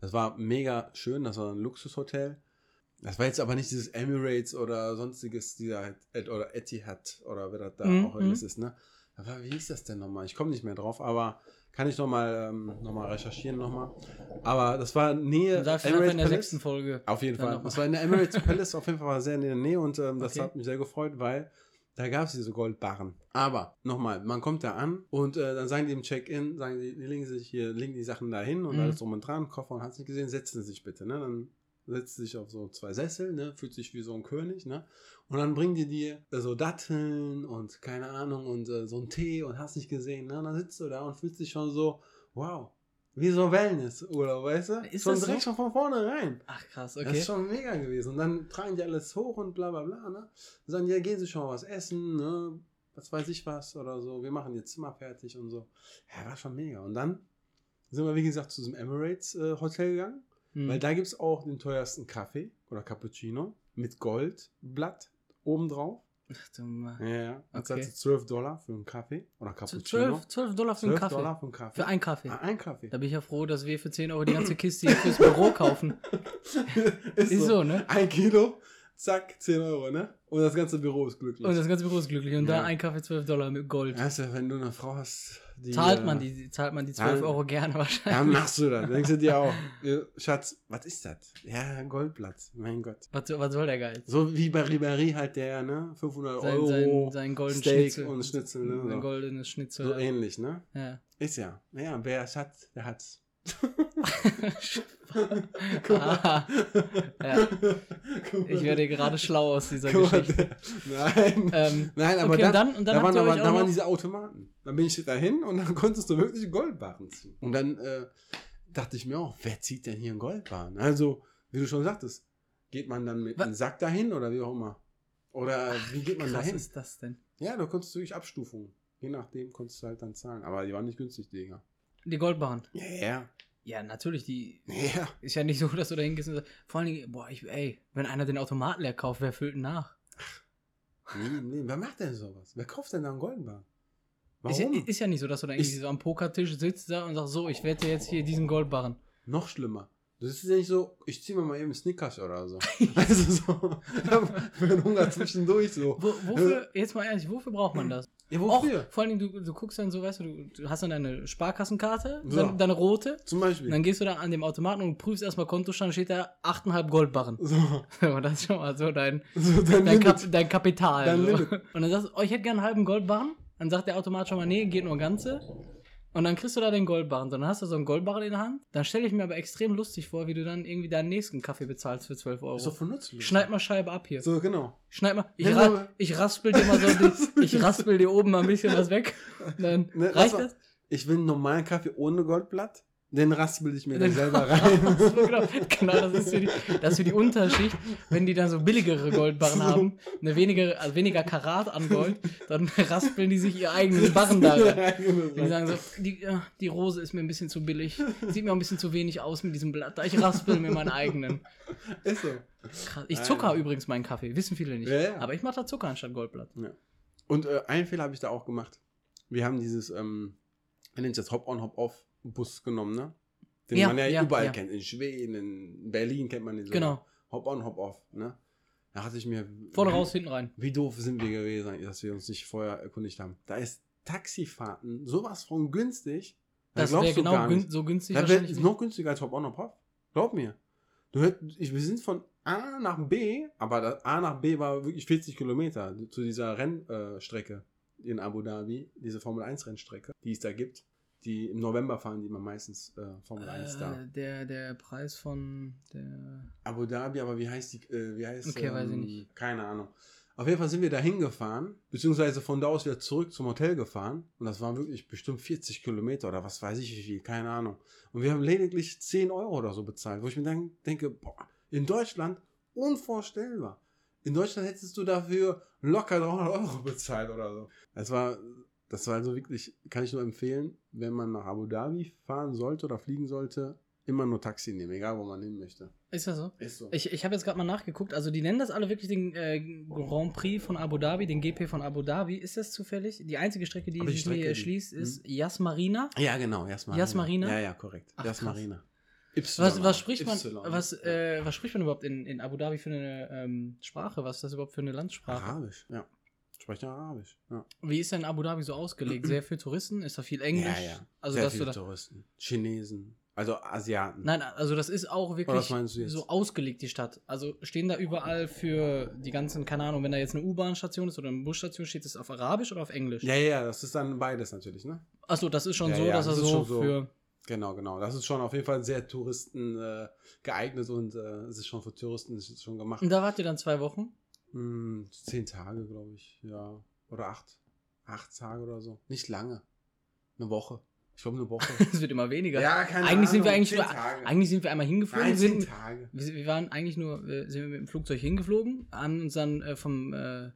Das war mega schön, das war ein Luxushotel. Das war jetzt aber nicht dieses Emirates halt oder sonstiges, dieser oder Etihad oder wer das da Mhm, auch alles mhm. ist, ne? Aber wie hieß das denn nochmal? Ich komme nicht mehr drauf, aber kann ich nochmal ähm, noch mal recherchieren nochmal. Aber das war Nähe. Du sagst einfach in der Palace. sechsten Folge. Auf jeden Dann Fall. noch mal. Das war in der Emirates Palace, auf jeden Fall war sehr in der Nähe und ähm, das Okay. hat mich sehr gefreut, weil da gab es diese Goldbarren. Aber nochmal, man kommt da an und äh, dann sagen die im Check-in, sagen die, die legen sich hier, legen die Sachen da hin und Mhm. alles drum und dran, Koffer und hat's nicht gesehen, setzen sie sich bitte, ne? Dann setzt sie sich auf so zwei Sessel, ne? Fühlt sich wie so ein König, ne? Und dann bringen die dir äh, so Datteln und keine Ahnung und äh, so einen Tee und hast nicht gesehen, ne? Und dann sitzt du da und fühlst dich schon so, wow, wie so Wellness-Urlaub, weißt du? Ist schon das so? direkt schon von vorne rein. Ach krass, Das okay. ist schon mega gewesen. Und dann tragen die alles hoch und bla bla bla. Ne? Und sagen, ja, gehen Sie schon mal was essen, ne? was weiß ich was oder so. Wir machen Ihr Zimmer fertig und so. Ja, war schon mega. Und dann sind wir, wie gesagt, zu diesem Emirates äh, Hotel gegangen, Hm. weil da gibt es auch den teuersten Kaffee oder Cappuccino mit Goldblatt obendrauf. Ach du Mann. Ja, ja. Das Okay. hatte 12 Dollar für einen Kaffee oder Cappuccino. 12, 12 Dollar für einen Kaffee. Dollar für einen Kaffee. Für einen Kaffee. Ah, einen Kaffee. <laughs> Da bin ich ja froh, dass wir für 10 Euro die ganze Kiste hier fürs Büro <laughs> kaufen. Ist so, ne? Ein Kilo, zack, 10 Euro, ne? Und das ganze Büro ist glücklich. Und das ganze Büro ist glücklich. Und Ja. da ein Kaffee 12 Dollar mit Gold. also, wenn du eine Frau hast, die. Zahlt man äh, <laughs> die, zahlt man die 12 dann- Euro gerne wahrscheinlich. Dann machst du das. Denkst du dir <laughs> auch, äh, Schatz, was ist das? Ja, Goldblatt, mein Gott. Was, was soll der Geiz? So wie bei Ribéry halt der, ne? 500 Sein, Euro, sein, sein golden Steak Schnitzel. und Schnitzel, ne? Sein So. goldenes Schnitzel. so ähnlich, ne? <laughs> ja. Ist ja. Ja, wer es hat, der <laughs> hat's. <laughs> Ah, ja. Ich werde gerade schlau aus dieser Geschichte. Nein. Ähm, Nein, aber okay, dann, und dann, und dann da habt waren, ihr aber, euch da auch waren noch, diese Automaten. Dann bin ich dahin und dann <laughs> konntest du wirklich Goldbarren ziehen. Und dann äh, dachte ich mir auch, wer zieht denn hier einen Goldbarren? Also, wie du schon sagtest, geht man dann mit Wa- einem Sack dahin oder wie auch immer? Oder äh, wie geht man krass dahin? ist das denn? Ja, da konntest du wirklich Abstufungen. Je nachdem konntest du halt dann zahlen. Aber die waren nicht günstig, die Dinger. Die Goldbahn. Ja, ja. Ja, natürlich, die Ja. ist ja nicht so, <laughs> dass du da hingehst und sagst, vor allen Dingen, boah, ich, ey, wenn einer den Automaten leer kauft, wer füllt ihn nach? Nee, nee. Wer macht denn sowas? Wer kauft denn da einen Goldbarren? Ist ja, Warum? ist ja nicht so, dass du da irgendwie Ich- so am Pokertisch sitzt da und sagst, so, ich wette jetzt hier diesen Goldbarren. Noch schlimmer. Das ist ja nicht so, ich ziehe mir mal eben Snickers oder <laughs> so. Also so, <laughs> für den Hunger zwischendurch so. Wo, wofür, jetzt mal ehrlich, wofür braucht man das? Ja, Äh. Auch, wofür? vor allen Dingen, du, du guckst dann so, weißt du, du, du hast dann deine Sparkassenkarte, So. deine, deine rote, Zum und Beispiel. dann gehst du da an dem Automaten und prüfst erstmal Kontostand, steht da 8,5 Goldbarren. so, Und das ist schon mal <laughs> so dein, so dein dein, Limit. Kap, dein Kapital. Dein so. Limit. Und dann sagst du, oh, ich hätte gerne einen halben Goldbarren. Dann sagt der Automat schon mal, nee, geht nur ganze. Und dann kriegst du da den Goldbarren. So, Dann hast du so einen Goldbarren in der Hand. Dann stelle ich mir aber extrem lustig vor, wie du dann irgendwie deinen nächsten Kaffee bezahlst für 12 Euro. Ist doch von nutzlos. Schneid mal Scheibe ab hier. So, genau. Schneid mal. Ich, Ja, ra aber- ich raspel dir mal so, <laughs> die, ich raspel dir oben mal ein bisschen was weg. Dann Ne, lass reicht mal- das? Ich will einen normalen Kaffee ohne Goldblatt, den raspel ich mir dann Den- <laughs> selber rein. So, genau, genau, das ist, für die, das ist für die Unterschicht, wenn die dann so billigere Goldbarren haben, eine weniger, also weniger Karat an Gold, dann <laughs> raspeln die sich ihr eigenen <laughs> Barren da rein. Und Die rein. sagen so, die, äh, die Rose ist mir ein bisschen zu billig, sieht mir ein bisschen zu wenig aus mit diesem Blatt, da ich raspel mir meinen eigenen. Ist so. Krass. Ich zucker Alter. übrigens meinen Kaffee, wissen viele nicht. Ja, ja. Aber ich mache da Zucker anstatt Goldblatt. Und äh, einen Fehler habe ich da auch gemacht. Wir haben dieses, ähm, wir nennen es jetzt Hop-on, Hop-off-Bus genommen, ne? Den Ja, man ja, ja, überall ja. kennt. In Schweden, in Berlin kennt man den so. Genau, Hop-on, hop-off, ne? Da hatte ich mir. vorne raus, hinten rein. Wie doof sind wir gewesen, dass wir uns nicht vorher erkundigt haben. Da ist Taxifahrten sowas von günstig. Da Das glaubst wäre du genau gar gün nicht. so günstig Da wär, wahrscheinlich. ist nicht. noch günstiger als Hop on Hop Off. Glaub mir. Du hört, ich, wir sind von A nach B, aber das A nach B war wirklich 40 Kilometer zu dieser Rennstrecke äh, Strecke in Abu Dhabi, diese Formel 1 Rennstrecke, die es da gibt. Die im November fahren die immer meistens äh, Formel 1 da. Äh, der, der Preis von der Abu Dhabi, aber wie heißt die? Äh, wie heißt, ähm, Okay, weiß ich nicht. Keine Ahnung. Auf jeden Fall sind wir da hingefahren, beziehungsweise von da aus wieder zurück zum Hotel gefahren. Und das waren wirklich bestimmt 40 Kilometer oder was weiß ich wie viel, keine Ahnung. Und wir haben lediglich 10 Euro oder so bezahlt, wo ich mir dann denke, boah, in Deutschland unvorstellbar. In Deutschland hättest du dafür locker 300 Euro bezahlt oder so. Das war, das war also wirklich, kann ich nur empfehlen, wenn man nach Abu Dhabi fahren sollte oder fliegen sollte, immer nur Taxi nehmen, egal wo man hin möchte. Ist das so? Ist so. Ich, ich habe jetzt gerade mal nachgeguckt, also die nennen das alle wirklich den äh, Grand Prix von Abu Dhabi, den GP von Abu Dhabi. Ist das zufällig? Die einzige Strecke, die Aber die sich Strecke, mir die- hm? erschließt, ist Yas Marina. Ja, genau, Jasmarina. Jasmarina? Ja, ja, korrekt. Ach, Jasmarina. Was, Y. was, spricht man, Y. was, äh, was spricht man überhaupt in, in Abu Dhabi für eine ähm, Sprache? Was ist das überhaupt für eine Landsprache? Arabisch, ja. Sprecht ja Arabisch. Ja. Wie ist denn Abu Dhabi so ausgelegt? Sehr viel Touristen? Ist da viel Englisch? Ja, ja. Also, Sehr dass du viele da, Touristen. Chinesen. Also Asiaten. Nein, also das ist auch Oder was wirklich meinst du jetzt? so ausgelegt, die Stadt. Also stehen da überall für die ganzen, keine Ahnung, wenn da jetzt eine U-Bahn-Station ist oder eine Busstation, steht das auf Arabisch oder auf Englisch? ja, ja, ja, das ist dann beides natürlich, ne? Achso, das ist schon Ja, so, ja, dass er das ist so, schon so. für. Genau, genau. Das ist schon auf jeden Fall sehr Touristen äh, geeignet und äh, es ist schon für Touristen es ist schon gemacht. Und da wart ihr dann zwei Wochen? <laughs> Hm, zehn Tage, glaube ich, ja. Oder acht. Acht Tage oder so. Nicht lange. Eine Woche. Ich glaube, eine <laughs> Woche. Es wird immer weniger. keine Eigentlich sind wir eigentlich zehn nur- Tage. Eigentlich sind wir einmal hingeflogen, Nein, zehn sind, Tage. wir, wir waren eigentlich nur, äh, sind wir mit dem Flugzeug hingeflogen, haben uns dann äh, vom, äh, Ich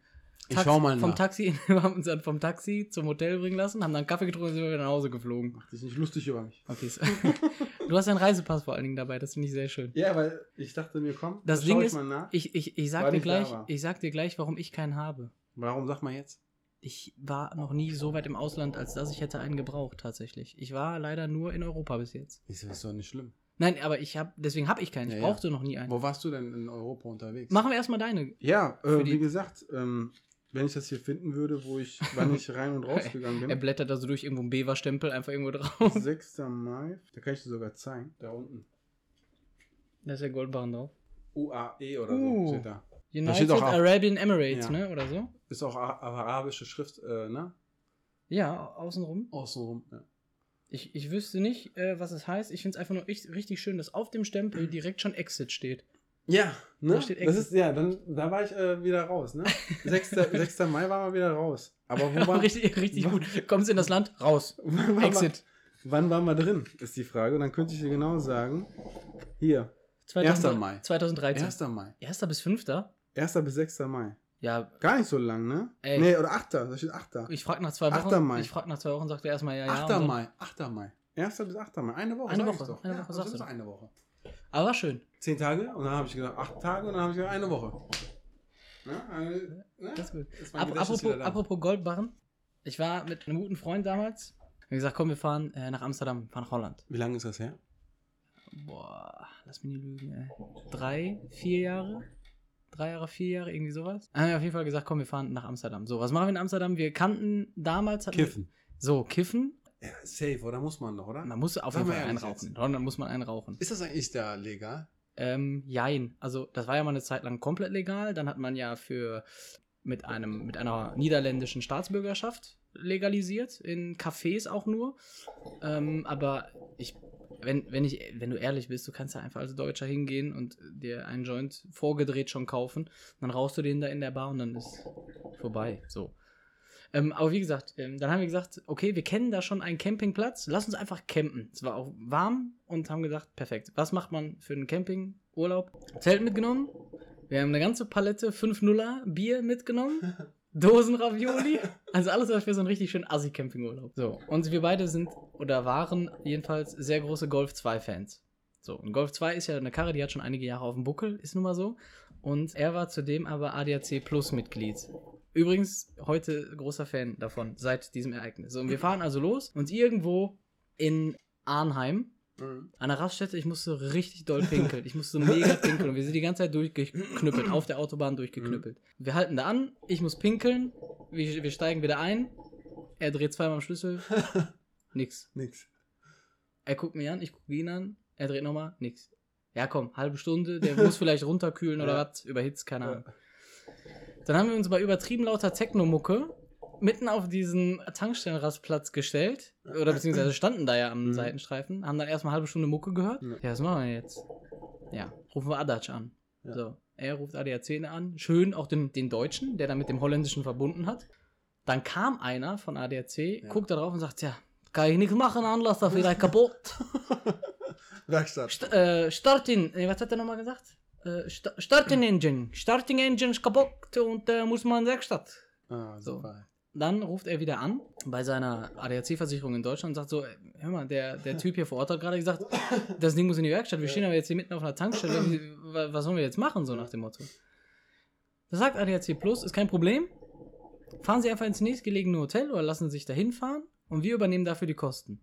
Taxi- schau mal vom nach. Taxi, <laughs> wir haben uns dann vom Taxi zum Hotel bringen lassen, haben dann Kaffee getrunken und sind wieder nach Hause geflogen. Mach dich nicht lustig über mich. <laughs> Okay, so. du hast einen Reisepass vor allen Dingen dabei, das finde ich sehr schön. Ja, weil ich dachte mir, komm, Das da Ding schau ich ist, mal nach. Ich, ich, ich Weil sag dir ich da gleich, war. ich sag dir gleich, warum ich keinen habe. Warum sag mal jetzt? Ich war noch nie so weit im Ausland, als dass ich hätte einen gebraucht, tatsächlich. Ich war leider nur in Europa bis jetzt. Ist das doch nicht schlimm. Nein, aber ich habe, deswegen habe ich keinen. Ich Ja, ja. brauchte noch nie einen. Wo warst du denn in Europa unterwegs? Machen wir erstmal deine. Ja, Für äh, die- wie gesagt, ähm, wenn ich das hier finden würde, wo <laughs> ich, wann ich rein und rausgegangen <laughs> Er bin. blättert also durch irgendwo einen Bewa-Stempel einfach irgendwo <laughs> drauf. 6. Mai, da kann ich dir sogar zeigen, da unten. Da ist der Goldbarren drauf. UAE E oder Uh. so steht da. Da United steht auch- Arabian Emirates, Ja. ne? Oder so? Ist auch a- arabische Schrift, äh, ne? Ja, außenrum. Außenrum. Ja. Ich, ich wüsste nicht, äh, was es heißt. Ich finde es einfach nur echt, richtig schön, dass auf dem Stempel direkt schon <laughs> Exit steht. Ja, ne? Da Das steht ist, ja, dann, da war ich äh, wieder raus, <laughs> ne? 6. 6. Mai waren wir wieder raus. Aber wo waren, richtig richtig wa- gut. Kommst in das Land, raus. wann, waren wir, Exit. wann waren wir drin, ist die Frage. Und dann könnte ich dir genau sagen, hier, 2000 1. Mai. 2013. 1. Mai. 1. bis 5. 1. bis 6. Mai. Ja, Gar nicht so lang, ne? Ey. Nee, oder 8. Da steht 8. ich frage nach zwei Wochen. 8. Mai. Ich frage nach zwei Wochen, sagt er erstmal ja, ja. 8. und so. Mai, 8. Mai. 1. bis 8. Mai. Eine Woche. Eine sag ich Woche, Doch. eine Woche ja, sagst du das ist doch. eine Woche. Aber war schön. Zehn Tage und dann habe ich gedacht, acht Tage und dann habe ich gedacht, eine Woche. Ja, eine, ne? Das ist gut. Ist mein Ap Gedächtnis wieder apropos, da. apropos Goldbarren. Ich war mit einem guten Freund damals. Wir haben gesagt, komm, wir fahren äh, nach Amsterdam, fahren nach Holland. Wie lange ist das her? Boah, lass mich nicht lügen, ey. Drei, vier Jahre? Drei Jahre, vier Jahre, irgendwie sowas. Haben wir auf jeden Fall gesagt, komm, wir fahren nach Amsterdam. So, was machen wir in Amsterdam? Wir kannten damals. hatten wir- Kiffen. So, kiffen. Ja, safe, oder muss man doch, oder? Man muss auf Sag jeden mal Fall einen ehrlich rauchen. jetzt. In Holland muss man einen rauchen. Ist das eigentlich da legal? Ähm, jein. Also das war ja mal eine Zeit lang komplett legal. Dann hat man ja für mit einem mit einer niederländischen Staatsbürgerschaft legalisiert in Cafés auch nur. Ähm, aber ich wenn wenn ich wenn du ehrlich bist, du kannst ja einfach als Deutscher hingehen und dir einen Joint vorgedreht schon kaufen. Dann rauchst du den da in der Bar und dann ist vorbei. So. Ähm, aber wie gesagt, ähm, dann haben wir gesagt, okay, wir kennen da schon einen Campingplatz, lass uns einfach campen. Es war auch warm und haben gedacht, perfekt. Was macht man für einen Campingurlaub? Zelt mitgenommen. Wir haben eine ganze Palette 5 Nuller Bier mitgenommen. Dosen Ravioli. Also alles war für so einen richtig schönen Assi-Campingurlaub. So, und wir beide sind oder waren jedenfalls sehr große Golf 2-Fans. So, und Golf 2 ist ja eine Karre, die hat schon einige Jahre auf dem Buckel, ist nun mal so. Und er war zudem aber ADAC Plus Mitglied. Übrigens, heute großer Fan davon, seit diesem Ereignis. So, und wir fahren also los und irgendwo in Arnheim, an der Raststätte, ich musste richtig doll pinkeln. Ich musste mega pinkeln und wir sind die ganze Zeit durchgeknüppelt, auf der Autobahn durchgeknüppelt. Wir halten da an, ich muss pinkeln, wir, wir steigen wieder ein, er dreht zweimal am Schlüssel, nix. Nix. Er guckt mich an, ich gucke ihn an, er dreht nochmal, nix. Ja, komm, halbe Stunde, der <laughs> muss vielleicht runterkühlen oder Ja. was, überhitzt, keine Ja. Ahnung. Dann haben wir uns bei übertrieben lauter Technomucke mitten auf diesen Tankstellenrastplatz gestellt, oder beziehungsweise standen da ja am Mhm. Seitenstreifen, haben dann erstmal eine halbe Stunde Mucke gehört. Ja. Ja, was machen wir jetzt? Ja, rufen wir Adac an. Ja. So, er ruft ADAC an, schön auch den, den Deutschen, der dann mit dem Holländischen verbunden hat. Dann kam einer von ADAC, guckt da drauf und sagt, tja, kann ich nichts machen, Anlass da vielleicht <laughs> kaputt. Werkstatt. St äh, starting, äh, was hat er nochmal gesagt? Äh, sta starting Engine, Starting Engine ist kaputt und äh, muss man in die Werkstatt. Ah, So. super. Dann ruft er wieder an bei seiner ADAC-Versicherung in Deutschland und sagt so, "Äh, hör mal, der, der Typ hier vor Ort hat gerade gesagt, das Ding muss in die Werkstatt, wir stehen aber jetzt hier mitten auf einer Tankstelle, wie- wa- was sollen wir jetzt machen, so nach dem Motto. Da sagt ADAC Plus, ist kein Problem, fahren Sie einfach ins nächstgelegene Hotel oder lassen Sie sich dahin fahren und wir übernehmen dafür die Kosten.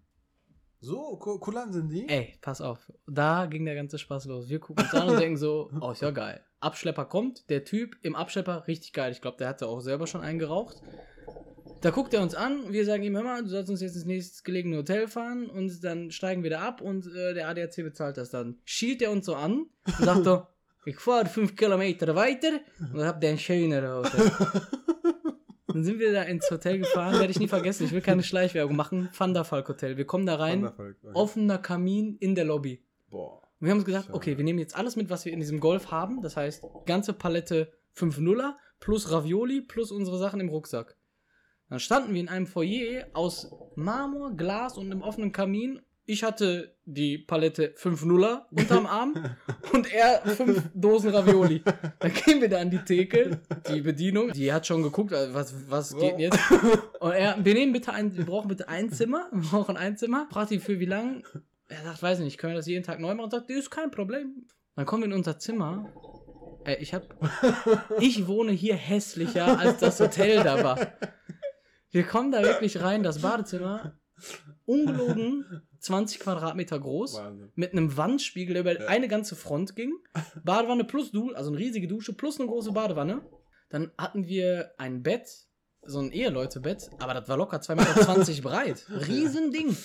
So, Ko- Kulan sind die? Ey, pass auf. Da ging der ganze Spaß los. Wir gucken uns an und denken so, oh, ist ja geil. Abschlepper kommt, der Typ im Abschlepper, richtig geil. Ich glaube, der hatte auch selber schon einen geraucht. Da guckt er uns an, wir sagen ihm, hör mal, du sollst uns jetzt ins nächste gelegene Hotel fahren und dann steigen wir da ab und äh, der ADAC bezahlt das dann. Schielt er uns so an und sagt er, ich fahre fünf Kilometer weiter und hab den schöneren Hotel. Dann sind wir da ins Hotel gefahren, werde ich nie vergessen, ich will keine Schleichwerbung machen, Thunderfalk Hotel. Wir kommen da rein, Wanderfolg, okay. offener Kamin in der Lobby. Boah. Und wir haben uns gedacht, Schön. okay, wir nehmen jetzt alles mit, was wir in diesem Golf haben. Das heißt, ganze Palette 5 Nuller plus Ravioli plus unsere Sachen im Rucksack. Dann standen wir in einem Foyer aus Marmor, Glas und einem offenen Kamin. Ich hatte die Palette 5 Nuller unterm Arm und er fünf Dosen Ravioli. Dann gehen wir da an die Theke, die Bedienung, die hat schon geguckt, also was, was geht denn jetzt? Und er, wir nehmen bitte ein, wir brauchen bitte ein Zimmer, wir brauchen ein Zimmer. Fragt ihn für wie lang? Er sagt, weiß nicht, können wir das jeden Tag neu machen? Und sagt, ist kein Problem. Dann kommen wir in unser Zimmer. Äh, ich hab, ich wohne hier hässlicher als das Hotel da war. Wir kommen da wirklich rein, das Badezimmer, ungelogen, 20 Quadratmeter groß <laughs> Wahnsinn. mit einem Wandspiegel, der über eine ganze Front ging. Badewanne plus Dusche, also eine riesige Dusche plus eine große Badewanne. Dann hatten wir ein Bett, so ein Eheleute-Bett, aber das war locker 2,20 Meter breit. Riesending.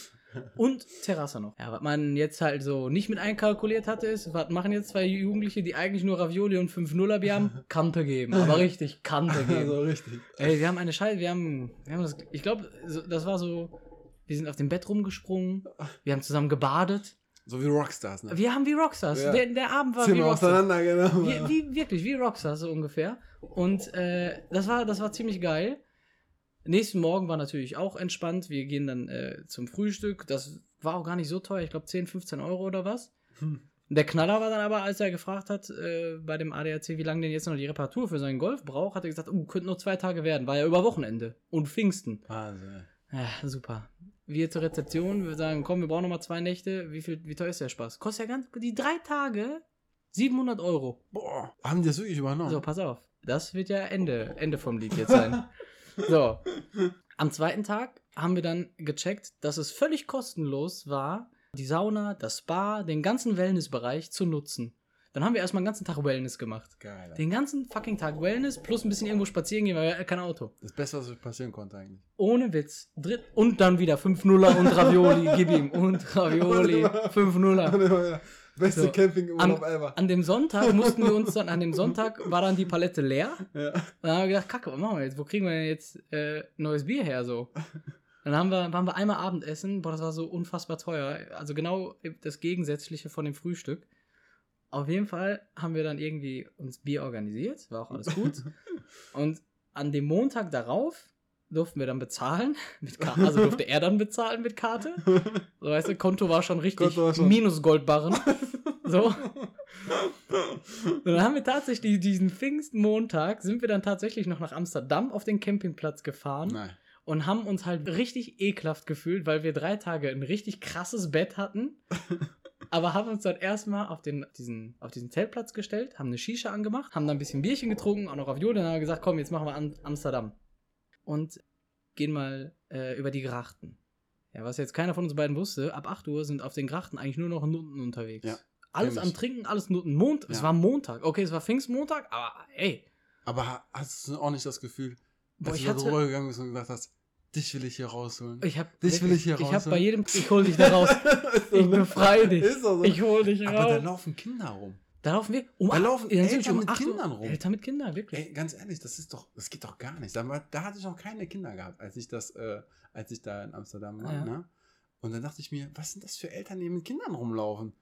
Und Terrasse noch. Ja, was man jetzt halt so nicht mit einkalkuliert hatte, ist, was machen jetzt zwei Jugendliche, die eigentlich nur Ravioli und 5 Nuller Bier haben? Kante geben. Aber richtig, Kante geben. Also richtig. Ey, wir haben eine Scheiße, wir haben, wir haben das, ich glaube, so, das war so, wir sind auf dem Bett rumgesprungen, wir haben zusammen gebadet, So wie Rockstars, ne? wir haben wie Rockstars, Ja. der, der Abend war wie Zimmer Rockstars. auseinander, genau. Wie, wie, wirklich, wie Rockstars so ungefähr. Und äh, das, war, das war ziemlich geil. Nächsten Morgen war natürlich auch entspannt, wir gehen dann äh, zum Frühstück, das war auch gar nicht so teuer, ich glaube 10, 15 Euro oder was. Hm. Der Knaller war dann aber, als er gefragt hat äh, bei dem ADAC, wie lange denn jetzt noch die Reparatur für seinen Golf braucht, hat er gesagt, oh, könnte noch zwei Tage werden. War ja über Wochenende und Pfingsten. Wahnsinn. Ja, super. Wir zur Rezeption, wir sagen, komm, wir brauchen noch mal zwei Nächte. Wie, viel, wie teuer ist der Spaß? Kostet ja ganz, die drei Tage 700 Euro. Boah. Haben die das wirklich übernommen? So, pass auf. Das wird ja Ende, Ende vom Lied jetzt sein. so. Am zweiten Tag haben wir dann gecheckt, dass es völlig kostenlos war, die Sauna, das Spa, den ganzen Wellnessbereich zu nutzen. Dann haben wir erstmal den ganzen Tag Wellness gemacht. Geil. Den ganzen fucking Tag Wellness plus ein bisschen irgendwo spazieren gehen, weil wir hatten kein Auto. Das Beste, was passieren konnte eigentlich. Ohne Witz. Dritt und dann wieder 5 Nuller und Ravioli. Gib ihm. Und Ravioli. <laughs> 5 Nuller. Beste So. Campingurlaub An- ever. An dem Sonntag mussten wir uns dann, an dem Sonntag war dann die Palette leer. Ja. Und dann haben wir gedacht, kacke, was machen wir jetzt? Wo kriegen wir denn jetzt äh, neues Bier her? So. Dann haben wir, waren wir einmal Abendessen, boah, das war so unfassbar teuer. Also genau das Gegensätzliche von dem Frühstück. Auf jeden Fall haben wir dann irgendwie uns Bier organisiert, war auch alles gut. Und an dem Montag darauf durften wir dann bezahlen, mit Karte, also durfte er dann bezahlen mit Karte. So, weißt du, Konto war schon richtig Konto war schon- minus Goldbarren. So. Und dann haben wir tatsächlich diesen Pfingstmontag, sind wir dann tatsächlich noch nach Amsterdam auf den Campingplatz gefahren Nein. und haben uns halt richtig ekelhaft gefühlt, weil wir drei Tage ein richtig krasses Bett hatten. <laughs> Aber haben uns dann erstmal auf, den, diesen, auf diesen Zeltplatz gestellt, haben eine Shisha angemacht, haben dann ein bisschen Bierchen getrunken, auch noch auf Jodel, dann haben wir gesagt, komm, jetzt machen wir Am Amsterdam. Und gehen mal äh, über die Grachten. Ja, was jetzt keiner von uns beiden wusste, ab 8 Uhr sind auf den Grachten eigentlich nur noch Nutten unterwegs. Ja, alles kenn am ich. Trinken, alles Nutten. Mond, es Ja. war Montag. Okay, es war Pfingstmontag, aber ey. Aber ha- hast du auch nicht das Gefühl, Boah, dass ich du da hatte, so rübergegangen bist und gedacht hast, dich will ich hier rausholen? Ich hab, Dich will ich hier ne? Ich hab rausholen. bei jedem. Ich hol dich <laughs> da raus. Ist doch Ich so. befreie dich. Ist doch so. Ich hol dich Aber da raus. laufen Kinder rum. Da laufen wir. Um Da acht- laufen dann sind Eltern wir mit acht Uhr- Kindern rum. Eltern mit Kindern, wirklich. Ey, ganz ehrlich, das ist doch, das geht doch gar nicht. Da, war- da hatte ich noch keine Kinder gehabt, als ich das, äh, als ich da in Amsterdam war. Ja. Ne? Und dann dachte ich mir, was sind das für Eltern, die mit Kindern rumlaufen?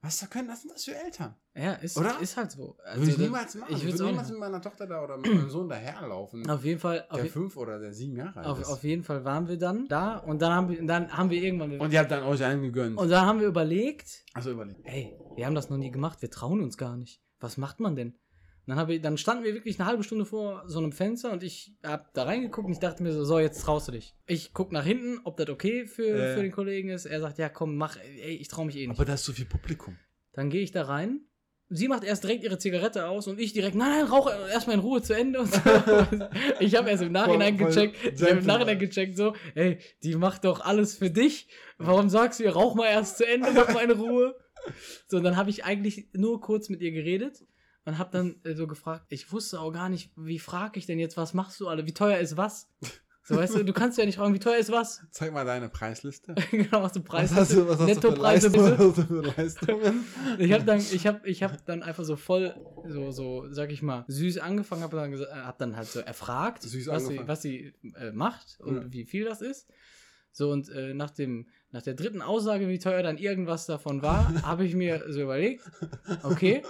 Was da können, was sind das für Eltern? ja, ist, Oder? ist halt so. würde ich das- niemals machen. ich Ich würd's würde auch niemals nicht mit meiner Tochter da oder mit meinem Sohn daherlaufen, Auf jeden Fall. Auf, der je- fünf oder der sieben Jahre alt auf, ist. auf jeden Fall waren wir dann da und dann haben wir, dann haben wir irgendwann. und ihr habt dann euch einen gegönnt. und dann haben wir überlegt, also überlegt. ey, wir haben das noch nie gemacht, wir trauen uns gar nicht. Was macht man denn? Und Dann, hab ich, dann standen wir wirklich eine halbe Stunde vor so einem Fenster und ich hab da reingeguckt und ich dachte mir so, so, jetzt traust du dich. Ich guck nach hinten, ob das okay für, Äh. für den Kollegen ist. Er sagt, ja komm, mach, ey, ich trau mich eh nicht. Aber da ist so viel Publikum. Dann gehe ich da rein. sie macht erst direkt ihre Zigarette aus und ich direkt, nein, nein, rauch erstmal in Ruhe zu Ende. <laughs> Und so. ich habe erst im Nachhinein Voll- voll gecheckt, ich habe im gentleman. Nachhinein gecheckt, so, ey, die macht doch alles für dich. Warum sagst du ihr, rauch mal erst zu Ende, mach mal in Ruhe? So, und dann habe ich eigentlich nur kurz mit ihr geredet und habe dann äh, so gefragt, ich wusste auch gar nicht, wie frage ich denn jetzt, was machst du alle, wie teuer ist was? So, weißt du, du kannst ja nicht fragen, wie teuer ist was? <laughs> Zeig mal deine Preisliste. genau, was du Preis was hast du, was hast du für Nettopreise, Leistungen? bitte. Was hast du für <laughs> Leistungen? Ich habe dann, ich hab, ich hab dann einfach so voll, so, so, sag ich mal, süß angefangen, habe dann, gesa- äh, hab dann halt so erfragt, Süß was sie, angefangen. was sie äh, macht und Ja. wie viel das ist. So, und äh, nach, dem, nach der dritten Aussage, wie teuer dann irgendwas <laughs> davon war, habe ich mir so überlegt, okay,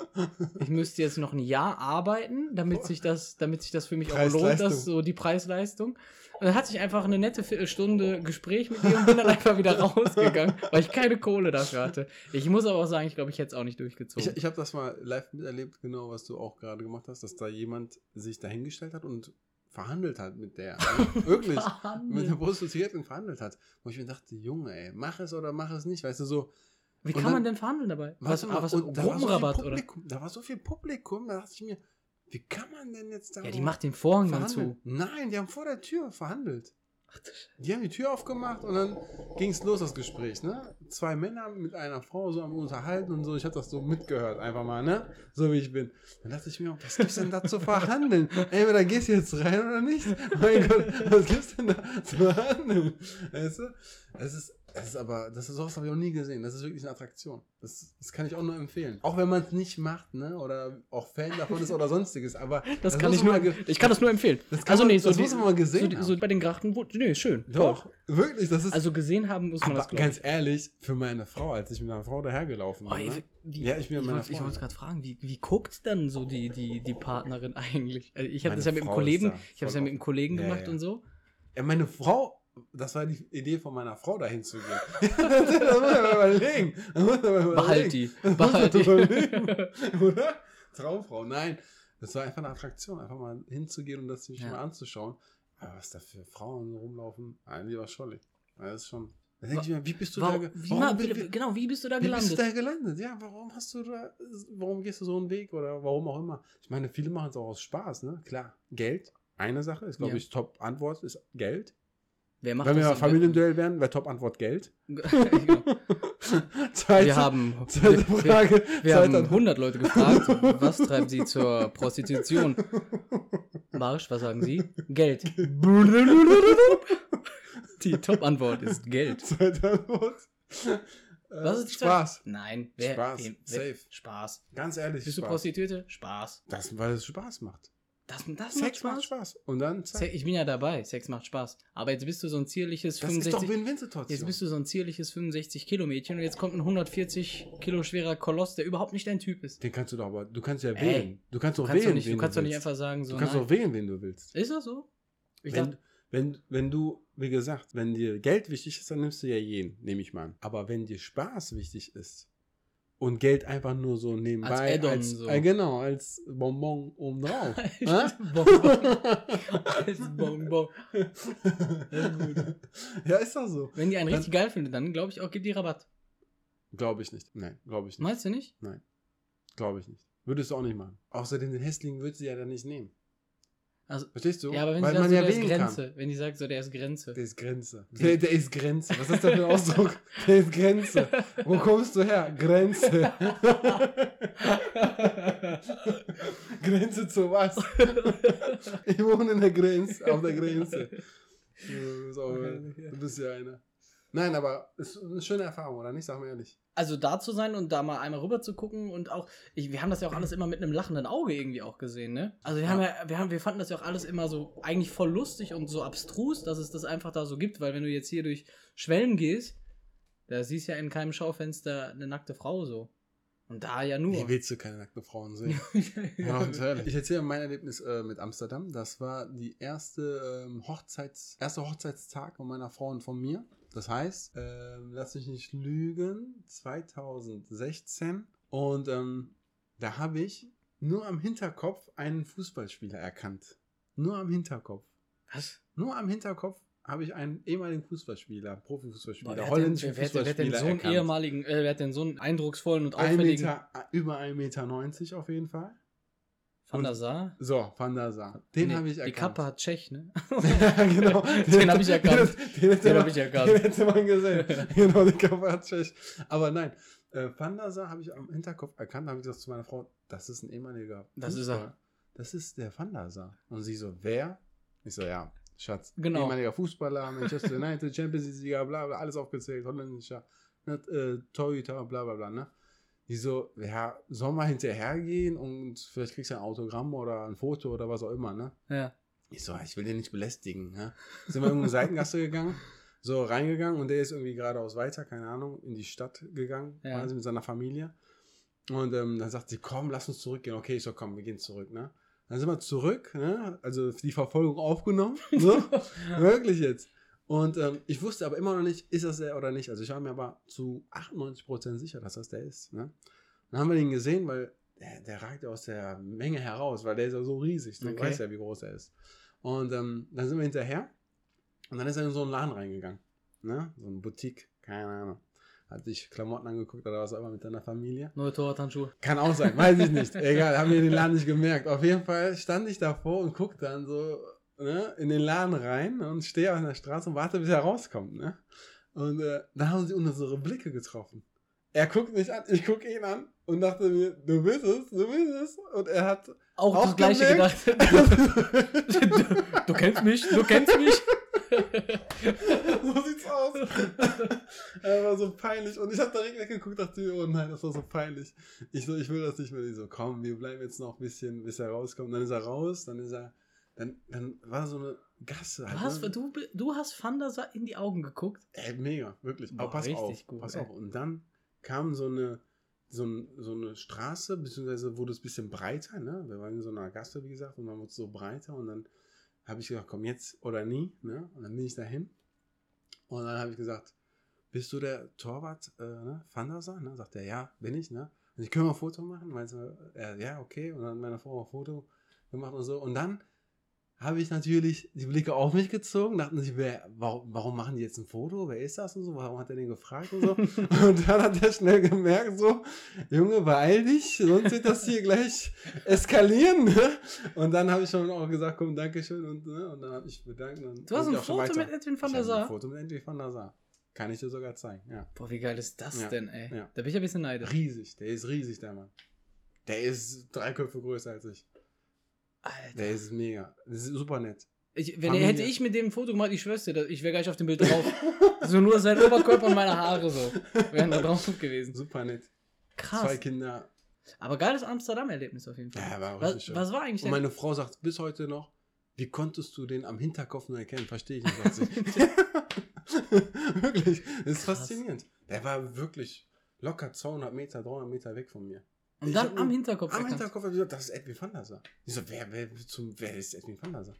ich müsste jetzt noch ein Jahr arbeiten, damit sich das, damit sich das für mich auch lohnt, Preis-Leistung. dass so die Preisleistung. Und dann hatte ich einfach eine nette Viertelstunde Gespräch mit ihr und bin dann einfach <laughs> wieder rausgegangen, weil ich keine Kohle dafür hatte. Ich muss aber auch sagen, ich glaube, ich hätte es auch nicht Ich, durchgezogen. ich habe das mal live miterlebt, genau was du auch gerade gemacht hast, dass da jemand sich dahingestellt hat und verhandelt hat mit <laughs> der. Also Wirklich. mit der Wahnsinn. Prostituierten verhandelt hat. Wo ich mir dachte, Junge, ey, mach es oder mach es nicht. Weißt du, so, Wie und kann dann- man denn verhandeln dabei? Was, warte mal, was, was und da war so viel Gruppenrabatt oder? Publikum, Da war so viel Publikum, da dachte ich mir, wie kann man denn jetzt da Ja, die macht den Vorhang dann verhandeln? zu. Nein, die haben vor der Tür verhandelt. Die haben die Tür aufgemacht und dann ging es los, das Gespräch, ne? Zwei Männer mit einer Frau so am Unterhalten und so. Ich habe das so mitgehört, einfach mal, ne? So wie ich bin. Dann dachte ich mir, was gibt's denn da zu <laughs> verhandeln? Entweder gehst du jetzt rein oder nicht. Mein Gott, was gibt's denn da zu verhandeln? Weißt du? Es ist, es ist aber, das ist sowas habe ich auch nie gesehen. Das ist wirklich eine Attraktion. Das, das kann ich auch nur empfehlen. Auch wenn man es nicht macht, ne? Oder auch Fan davon ist oder sonstiges. Aber Das, kann muss ich man nur, mal ge- ich kann das nur empfehlen. Das kann also man- nee, so das die- muss man mal gesehen so, die- haben. so bei den Grachten, wo- nee, schön. Doch, Toll. wirklich, das ist. Also gesehen haben muss man Aber das glauben. ganz ehrlich, für meine Frau, als ich mit meiner Frau dahergelaufen Oh, bin. ey, ne? wie, Ja, ich bin ja ich meiner wollte- ich Frau, wollte ne? gerade fragen, wie, wie guckt dann so die, die, die Partnerin eigentlich? Also ich habe Meine das ja mit dem Frau Kollegen, ist da ich habe das ja voll mit dem Kollegen Ja, gemacht ja. und so. Ja, meine Frau, das war die Idee von meiner Frau, dahin zu gehen. <laughs> das muss man mal überlegen. Das muss man mal überlegen. Behalt die, Das muss man behalt die. überlegen, <laughs> Oder? Traumfrau, nein. Das war einfach eine Attraktion, einfach mal hinzugehen und das sich Ja. mal anzuschauen. Aber was da für Frauen rumlaufen, ein lieber Scholli. Das ist schon. Da denke ich mir, wie bist du da Warum, ge- wie, warum mal, bist- bitte, genau, wie bist du da Wie bist du gelandet? da gelandet? Ja, warum hast du da, warum gehst du so einen Weg oder warum auch immer? Ich meine, viele machen es auch aus Spaß, ne? Klar, Geld, eine Sache ist, glaube Ja. ich, Top-Antwort ist Geld. Wer macht Wenn wir das mal denn? <laughs> Familienduell wären, wäre Top-Antwort Geld. Genau. zweite, Wir haben, zweite wir- Frage. wir haben zweite Antwort. 100 Leute gefragt, was treibt sie zur Prostitution? Marsch, was sagen Sie? Geld. Die Top-Antwort ist Geld. <laughs> Zweite Antwort. Äh, Was ist die zweite- Spaß. Nein, wer, Spaß, wem- wer, safe. Spaß. Ganz ehrlich, Bist du Spaß. Prostituierte? Spaß. Das, weil es Spaß macht. Das, das macht Sex macht Spaß. Spaß. Und dann Se zack. ich bin ja dabei, Sex macht Spaß. Aber jetzt bist du so ein zierliches Das ist doch 65. Win-Win-Situation. Jetzt bist du so ein zierliches 65 Kilo Mädchen und jetzt kommt ein 140 Kilo schwerer Koloss, der überhaupt nicht dein Typ ist. Den kannst du doch aber, du kannst ja Ey, wählen. Du kannst doch Du kannst wählen. doch nicht, wen du kannst doch nicht willst. einfach sagen, so. Du kannst nein. doch wählen, wen du willst. Ist das so? Ich wenn, dachte, <laughs> wenn, wenn du, wie gesagt, wenn dir Geld wichtig ist, dann nimmst du ja jeden, nehme ich mal an. Aber wenn dir Spaß wichtig ist und Geld einfach nur so nebenbei, Add-on als, so. äh, genau, als Bonbon <laughs> obendrauf. Als Hä? als Bonbon. ja, ist doch so. wenn die einen richtig geil findet, dann glaube ich auch, gib die Rabatt. Glaube ich nicht. Nein, glaube ich nicht. Meinst du nicht? Glaube ich nicht. Würdest du auch nicht machen. Außerdem den Hässling würdest du ja dann nicht nehmen. Also- Verstehst du? ja, aber wenn Weil sie man sagt, so, ja der ist wählen kann. Grenze. Wenn die sagt, so, der ist Grenze. Der ist Grenze. Der, der ist Grenze. Was ist das für ein <laughs> Ausdruck? Der ist Grenze. Wo kommst du her? Grenze. <laughs> Grenze zu <laughs> was? Ich wohne in der Grenze, auf der Grenze. Du, so, du bist ja einer. Nein, aber es ist eine schöne Erfahrung, oder nicht? Sag mal ehrlich. also da zu sein und da mal einmal rüber zu gucken und auch, ich, wir haben das ja auch alles immer mit einem lachenden Auge irgendwie auch gesehen, ne? Also wir haben ja, wir haben, wir fanden das ja auch alles immer so eigentlich voll lustig und so abstrus, dass es das einfach da so gibt, weil wenn du jetzt hier durch Schwellen gehst, da siehst ja in keinem Schaufenster eine nackte Frau so. Und da ja nur. Wie <laughs> willst du keine nackten Frauen sehen? Ja, äh, ganz ehrlich. Ich erzähle mein Erlebnis äh, mit Amsterdam. Das war die erste ähm, Hochzeits, erste Hochzeitstag von meiner Frau und von mir. Das heißt, ähm, lass mich nicht lügen, 2016. Und ähm, da habe ich nur am Hinterkopf einen Fußballspieler erkannt. Nur am Hinterkopf. Was? Nur am Hinterkopf habe ich einen ehemaligen Fußballspieler, Profifußballspieler, Boah, wer hat denn- holländischen wer, wer, wer hat denn Fußballspieler so einen erkannt. ehemaligen, äh, wer hat denn so einen eindrucksvollen und Ein auffälligen Meter, äh, über 1,90 Meter auf jeden Fall. Van der Sar? So, Van der Sar. Den Nee, habe ich Die erkannt. Kappe hat <laughs> Tschech, ne? <laughs> ja, genau. Den habe ich erkannt. Den, den, Den den <laughs> habe ich erkannt. hätte man gesehen. <laughs> genau, die Kappe hat Tschech. Aber nein, äh, Fandasa habe ich am Hinterkopf erkannt. Da habe ich gesagt zu meiner Frau, das ist ein ehemaliger. Das ist Fußballer. er. Das ist der Fandasa. Und sie so, wer? Ich so, ja, Schatz. Genau. Ehemaliger Fußballer, Manchester United, Champions League-Sieger, bla, bla, alles aufgezählt, holländischer ne, äh, Torhüter, bla, bla, bla, ne? Die so, ja, soll mal hinterhergehen und vielleicht kriegst du ein Autogramm oder ein Foto oder was auch immer, ne? Ja. Ich so, ich will den nicht belästigen. Ne? Sind wir in eine Seitengasse gegangen, so reingegangen und der ist irgendwie geradeaus weiter, keine Ahnung, in die Stadt gegangen, Ja. quasi mit seiner Familie. Und ähm, dann sagt sie, komm, lass uns zurückgehen. Okay, ich so, komm, wir gehen zurück. Ne? Dann sind wir zurück, ne? also die Verfolgung aufgenommen. <laughs> So. Wirklich jetzt. Und ähm, ich wusste aber immer noch nicht, ist das der oder nicht. Also ich war mir aber zu 98% sicher, dass das der ist. Ne? Dann haben wir den gesehen, weil der, der ragt aus der Menge heraus, weil der ist ja so riesig. Du Okay. weißt ja, wie groß er ist. Und ähm, dann sind wir hinterher und dann ist er in so einen Laden reingegangen. Ne? So eine Boutique, keine Ahnung. Hat sich Klamotten angeguckt oder was auch immer mit seiner Familie. Neue Torwarthandschuhe. Kann auch sein, weiß ich nicht. Egal, haben wir den Laden nicht gemerkt. Auf jeden Fall stand ich davor und guck dann so ne, in den Laden rein und stehe an der Straße und warte, bis er rauskommt. Ne? Und äh, da haben sie unsere Blicke getroffen. Er guckt mich an, ich guck ihn an und dachte mir, du bist es, du bist es. Und er hat. Auch, das Auch gleiche gemerkt? gedacht. du, du kennst mich, du kennst <laughs> mich. so sieht's aus. <laughs> er war so peinlich. Und ich habe direkt weggeguckt, dachte mir, oh nein, das war so peinlich. Ich so, ich will das nicht mehr. Ich so, komm, wir bleiben jetzt noch ein bisschen, bis er rauskommt. Dann ist er raus, dann ist er. Dann, dann war so eine Gasse. Du halt, hast, ne? du, du hast Van der Sar in die Augen geguckt. Ey, Äh, mega, wirklich. Boah, Aber pass richtig auf, gut, pass ey. auf. Und dann kam so eine, so, ein, so eine Straße, beziehungsweise wurde es ein bisschen breiter, ne? Wir waren in so einer Gasse, wie gesagt, und dann wurde es so breiter und dann habe ich gesagt, komm, jetzt oder nie, ne? Und dann bin ich dahin und dann habe ich gesagt, bist du der Torwart, äh, ne? Van der Sar, ne? Sagt er, ja, bin ich, ne? Und ich können wir ein Foto machen? Meinst du, äh, ja, okay. Und dann meine Frau ein Foto gemacht und so. Und dann habe ich natürlich die Blicke auf mich gezogen, dachten sich, wer, warum, warum machen die jetzt ein Foto? Wer ist das und so? Warum hat er den gefragt <laughs> und so? und dann hat er schnell gemerkt, so, Junge, beeil dich, sonst wird das hier gleich eskalieren. Ne? Und dann habe ich schon auch gesagt, komm, Dankeschön und, ne? und dann habe ich bedankt. Und Du hast bin ein ich auch schon weiter. Foto mit Edwin Ich van habe der ein Sar. Foto mit Andy van der Sar. Kann ich dir sogar zeigen, ja. Boah, wie geil ist das Ja, denn, ey? ja. Da bin ich ein bisschen neidisch. Riesig, der ist riesig, der Mann. Der ist drei Köpfe größer als ich. Alter. Der ist mega. Das ist super nett. Ich, wenn, Familie. hätte ich mit dem ein Foto gemacht, ich schwör's dir, ich wäre gleich auf dem Bild drauf. so nur sein Oberkörper und meine Haare so. Wären da drauf gewesen. Super nett. Zwei Krass. Kinder, Aber geiles Amsterdam-Erlebnis auf jeden Fall. Ja, war richtig was, schön. was war eigentlich Und denn? meine Frau sagt bis heute noch, wie konntest du den am Hinterkopf nur erkennen? Verstehe ich <laughs> nicht, sagt <laughs> sie. wirklich, das ist Krass. faszinierend. Der war wirklich locker 200 Meter, 300 Meter weg von mir. Und Ich dann hab am ihn- Hinterkopf. Am erkannt. Hinterkopf habe ich gesagt, das ist Edwin van der Sar. Ich so, wer, wer, zum, wer ist Edwin van der Sar?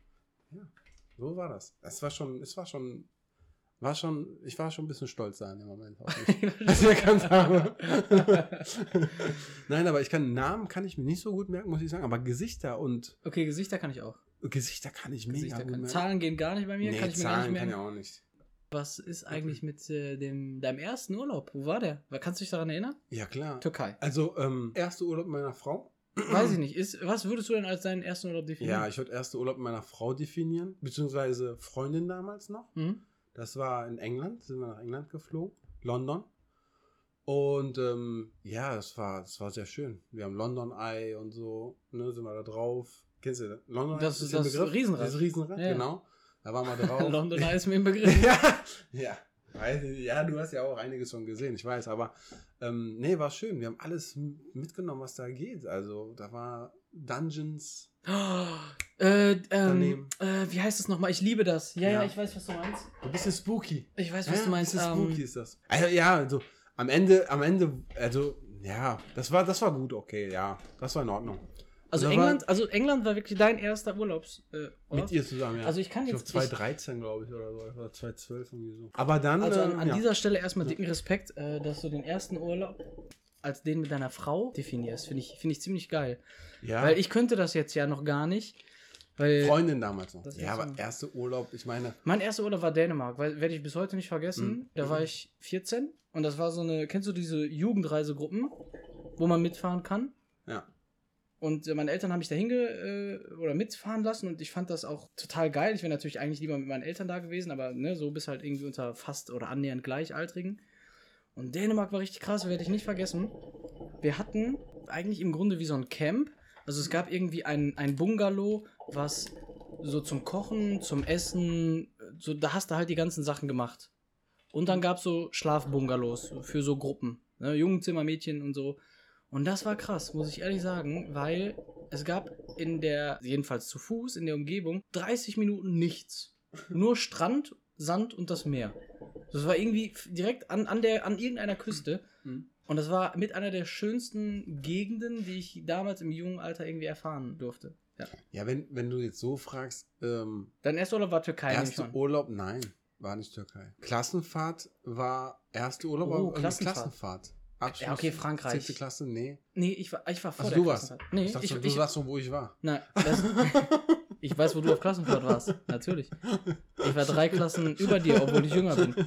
Ja, so war das. Es war schon, es war schon, war schon, ich war schon ein bisschen stolz da in dem Moment. Auf mich. <laughs> als ich erkannt habe. <laughs> Nein, aber ich kann Namen kann ich mir nicht so gut merken, muss ich sagen. Aber Gesichter und okay, Gesichter kann ich auch. Gesichter kann ich mega Gesichter gut kann. merken. Zahlen gehen gar nicht bei mir, nee, kann ich mir gar Zahlen nicht kann merken. ja auch nicht. Was ist eigentlich mit äh, dem, deinem ersten Urlaub? Wo war der? Kannst du dich daran erinnern? Ja klar. Türkei. Also ähm, erster Urlaub meiner Frau. Weiß ich nicht. Ist, was würdest du denn als deinen ersten Urlaub definieren? Ja, ich würde erster Urlaub meiner Frau definieren, beziehungsweise Freundin damals noch. Hm? Das war in England, sind wir nach England geflogen, London. Und ähm, ja, das war, das war sehr schön. Wir haben London Eye und so, ne, sind wir da drauf. Kennst du das? London Eye? Das ist das Riesenrad. Das Riesenrad, Ja. genau. Da waren <laughs> wir drauf. <laughs> London Eye ist mir im Begriff. ja, ja. Weiß ich, ja, du hast ja auch einiges schon gesehen, ich weiß, aber ähm, nee, war schön. Wir haben alles m- mitgenommen, was da geht. Also, da war Dungeons. Oh, äh, ähm, Daneben. äh, wie heißt es nochmal? Ich liebe das. Ja, ja, Ja. ich weiß, was du meinst. Ein bisschen spooky. Ich weiß, was du meinst. Das ist äh, spooky Ähm, ist das. Also, ja, also am Ende, am Ende, also ja, das war, das war gut, okay, ja, das war in Ordnung. also, Da war- England, also England war wirklich dein erster Urlaubs. Äh, Urlaub. Mit ihr zusammen, ja. Also ich kann glaube jetzt. Ich, 2013, glaube ich, oder so, oder 2012 irgendwie so. Aber dann, also an, äh, an ja. dieser Stelle erstmal dicken Respekt, äh, dass du den ersten Urlaub als den mit deiner Frau definierst. Finde ich, finde ich ziemlich geil. ja, Weil ich könnte das jetzt ja noch gar nicht. Weil Freundin damals noch. Das Ja, erste aber Mal. erste Urlaub, ich meine, mein erster Urlaub war Dänemark, weil werde ich bis heute nicht vergessen. Mhm. Da war ich 14 und das war so eine, kennst du diese Jugendreisegruppen, wo man mitfahren kann? ja. Und äh, meine Eltern haben mich da hinge äh, oder mitfahren lassen und ich fand das auch total geil. Ich wäre natürlich eigentlich lieber mit meinen Eltern da gewesen, aber ne, so bist halt irgendwie unter fast oder annähernd Gleichaltrigen. Und Dänemark war richtig krass, werde ich nicht vergessen. Wir hatten eigentlich im Grunde wie so ein Camp. Also es gab irgendwie ein, ein Bungalow, was so zum Kochen, zum Essen, so da hast du halt die ganzen Sachen gemacht. Und dann gab es so Schlafbungalows für so Gruppen. Ne, Jungenzimmer, Mädchen und so. Und das war krass, muss ich ehrlich sagen, weil es gab in der, jedenfalls zu Fuß, in der Umgebung, 30 Minuten nichts. Nur Strand, Sand und das Meer. Das war irgendwie f- direkt an, an, der, an irgendeiner Küste. Mhm. Und das war mit einer der schönsten Gegenden, die ich damals im jungen Alter irgendwie erfahren durfte. Ja. Ja, wenn, wenn du jetzt so fragst, ähm, Dein erster Urlaub war Türkei. nehme ich Erster an. Urlaub, nein, war nicht Türkei. Klassenfahrt war erste Urlaub, Oh, aber irgendwie Klassenfahrt. Klassenfahrt. Abschluss, Ja, okay, Frankreich. Zehnte Klasse, nee. Nee, ich war, ich war vor Ach, der Also du warst. Klassenfahrt. Nee, ich ich, dachte, ich, du sagst schon, wo ich war. nein, das, <laughs> ich weiß, wo du auf Klassenfahrt warst. Natürlich. Ich war drei Klassen über dir, obwohl ich jünger bin.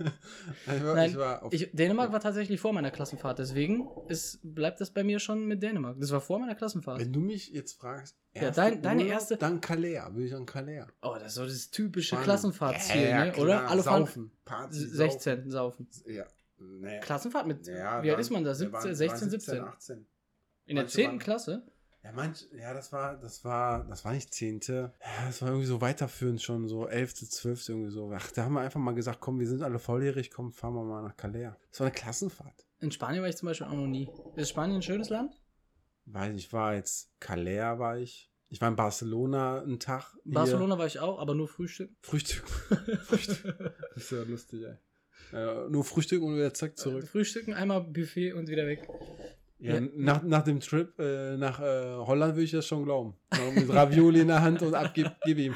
Ich war, Nein, ich war auf, Ich, Dänemark war tatsächlich vor meiner Klassenfahrt, deswegen ist, bleibt das bei mir schon mit Dänemark. Das war vor meiner Klassenfahrt. wenn du mich jetzt fragst, Ja, dein- deine erste- Dann Kalea, würde ich an Kalea. Oh, das ist so das typische Mann. Klassenfahrtziel, Ja, ne? klar, oder? Alle fahren saufen. Party, 16 saufen. Saufen. Ja. Nee. Klassenfahrt mit, Ja, wie alt dann- ist man da? wir 17, waren- wir 16, waren 17. 18. In der manche 10. waren- Klasse? Ja, manch, ja, das war, das war, das war nicht zehnte. Ja, Das war irgendwie so weiterführend schon, so elfte, zwölfte, irgendwie so. Ach, da haben wir einfach mal gesagt, komm, wir sind alle volljährig, komm, fahren wir mal nach Calais. Das war eine Klassenfahrt. In Spanien war ich zum Beispiel auch noch nie. Ist Spanien ein schönes Land? Weiß ich, war jetzt Calais, war ich. Ich war in Barcelona einen Tag. hier. Barcelona war ich auch, aber nur Frühstück. Frühstück. <laughs> Frühstück. Das ist ja lustig, ey. Äh, nur Frühstück und wieder zack zurück. Frühstücken, einmal Buffet und wieder weg. Ja, Ja. Nach, nach dem Trip äh, nach äh, Holland würde ich das schon glauben. Mit Ravioli in der Hand und ab, gib, gib ihm.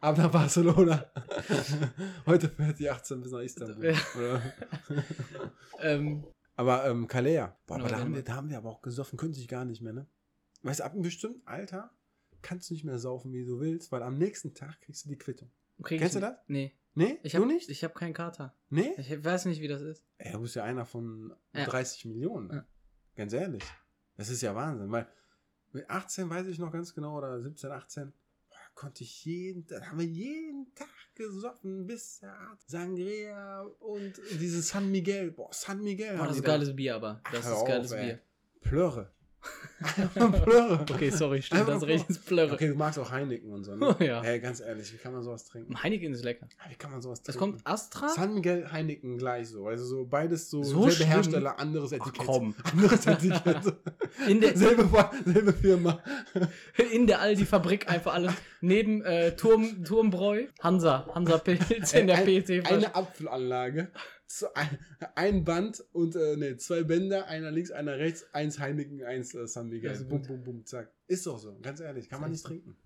Ab nach Barcelona. <laughs> Heute fährt die 18 bis nach Istanbul. Oder? Ähm, Aber ähm, Kalea. Boah, Oder aber da, haben Dänemark. wir, da haben wir aber auch gesoffen. Könnte ich gar nicht mehr, ne? Weißt du, ab einem bestimmten Alter kannst du nicht mehr saufen, wie du willst, weil am nächsten Tag kriegst du die Quittung. krieg ich Kennst du nicht. das? Nee. Nee? Ich du habe nicht? Ich habe keinen Kater. nee? Ich weiß nicht, wie das ist. Ey, du bist ja einer von Ja. 30 Millionen. ne? Ja. Ganz ehrlich. Das ist ja Wahnsinn, weil mit 18 weiß ich noch ganz genau, oder 17, 18, boah, konnte ich jeden, da haben wir jeden Tag gesoffen, bis der Arzt Sangria und dieses San Miguel. Boah, San Miguel. Boah, Oh, das ist geiles Bier, aber. Das ist geiles Bier. <laughs> Plörre. Plörre. Okay, sorry, stimmt, Einfach das nur- riecht ins Blöre. Okay, du magst auch Heineken und so, ne? Oh, <laughs> ja. Ey, ganz ehrlich, wie kann man sowas trinken? Ah, Heineken ist lecker. Wie kann man sowas Das trinken? kommt Astra? San Miguel Heineken gleich so. Also so beides so, So selbe schlimm? Hersteller, anderes Ach, Etikett. komm. Anderes <laughs> Etikett. <laughs> In der, selbe, Fa- selbe Firma. in der Aldi-Fabrik einfach alles. Neben äh, Turm, Turmbräu, Hansa, Hansa Pilz in der Ein- PT. Eine Apfelanlage. So ein, ein Band und äh, nee, zwei Bänder, einer links, einer rechts, eins Heineken, eins äh, San Miguel. Das ist bum, Also gut. bum, bum, zack. Ist doch so, ganz ehrlich, kann man nicht trinken.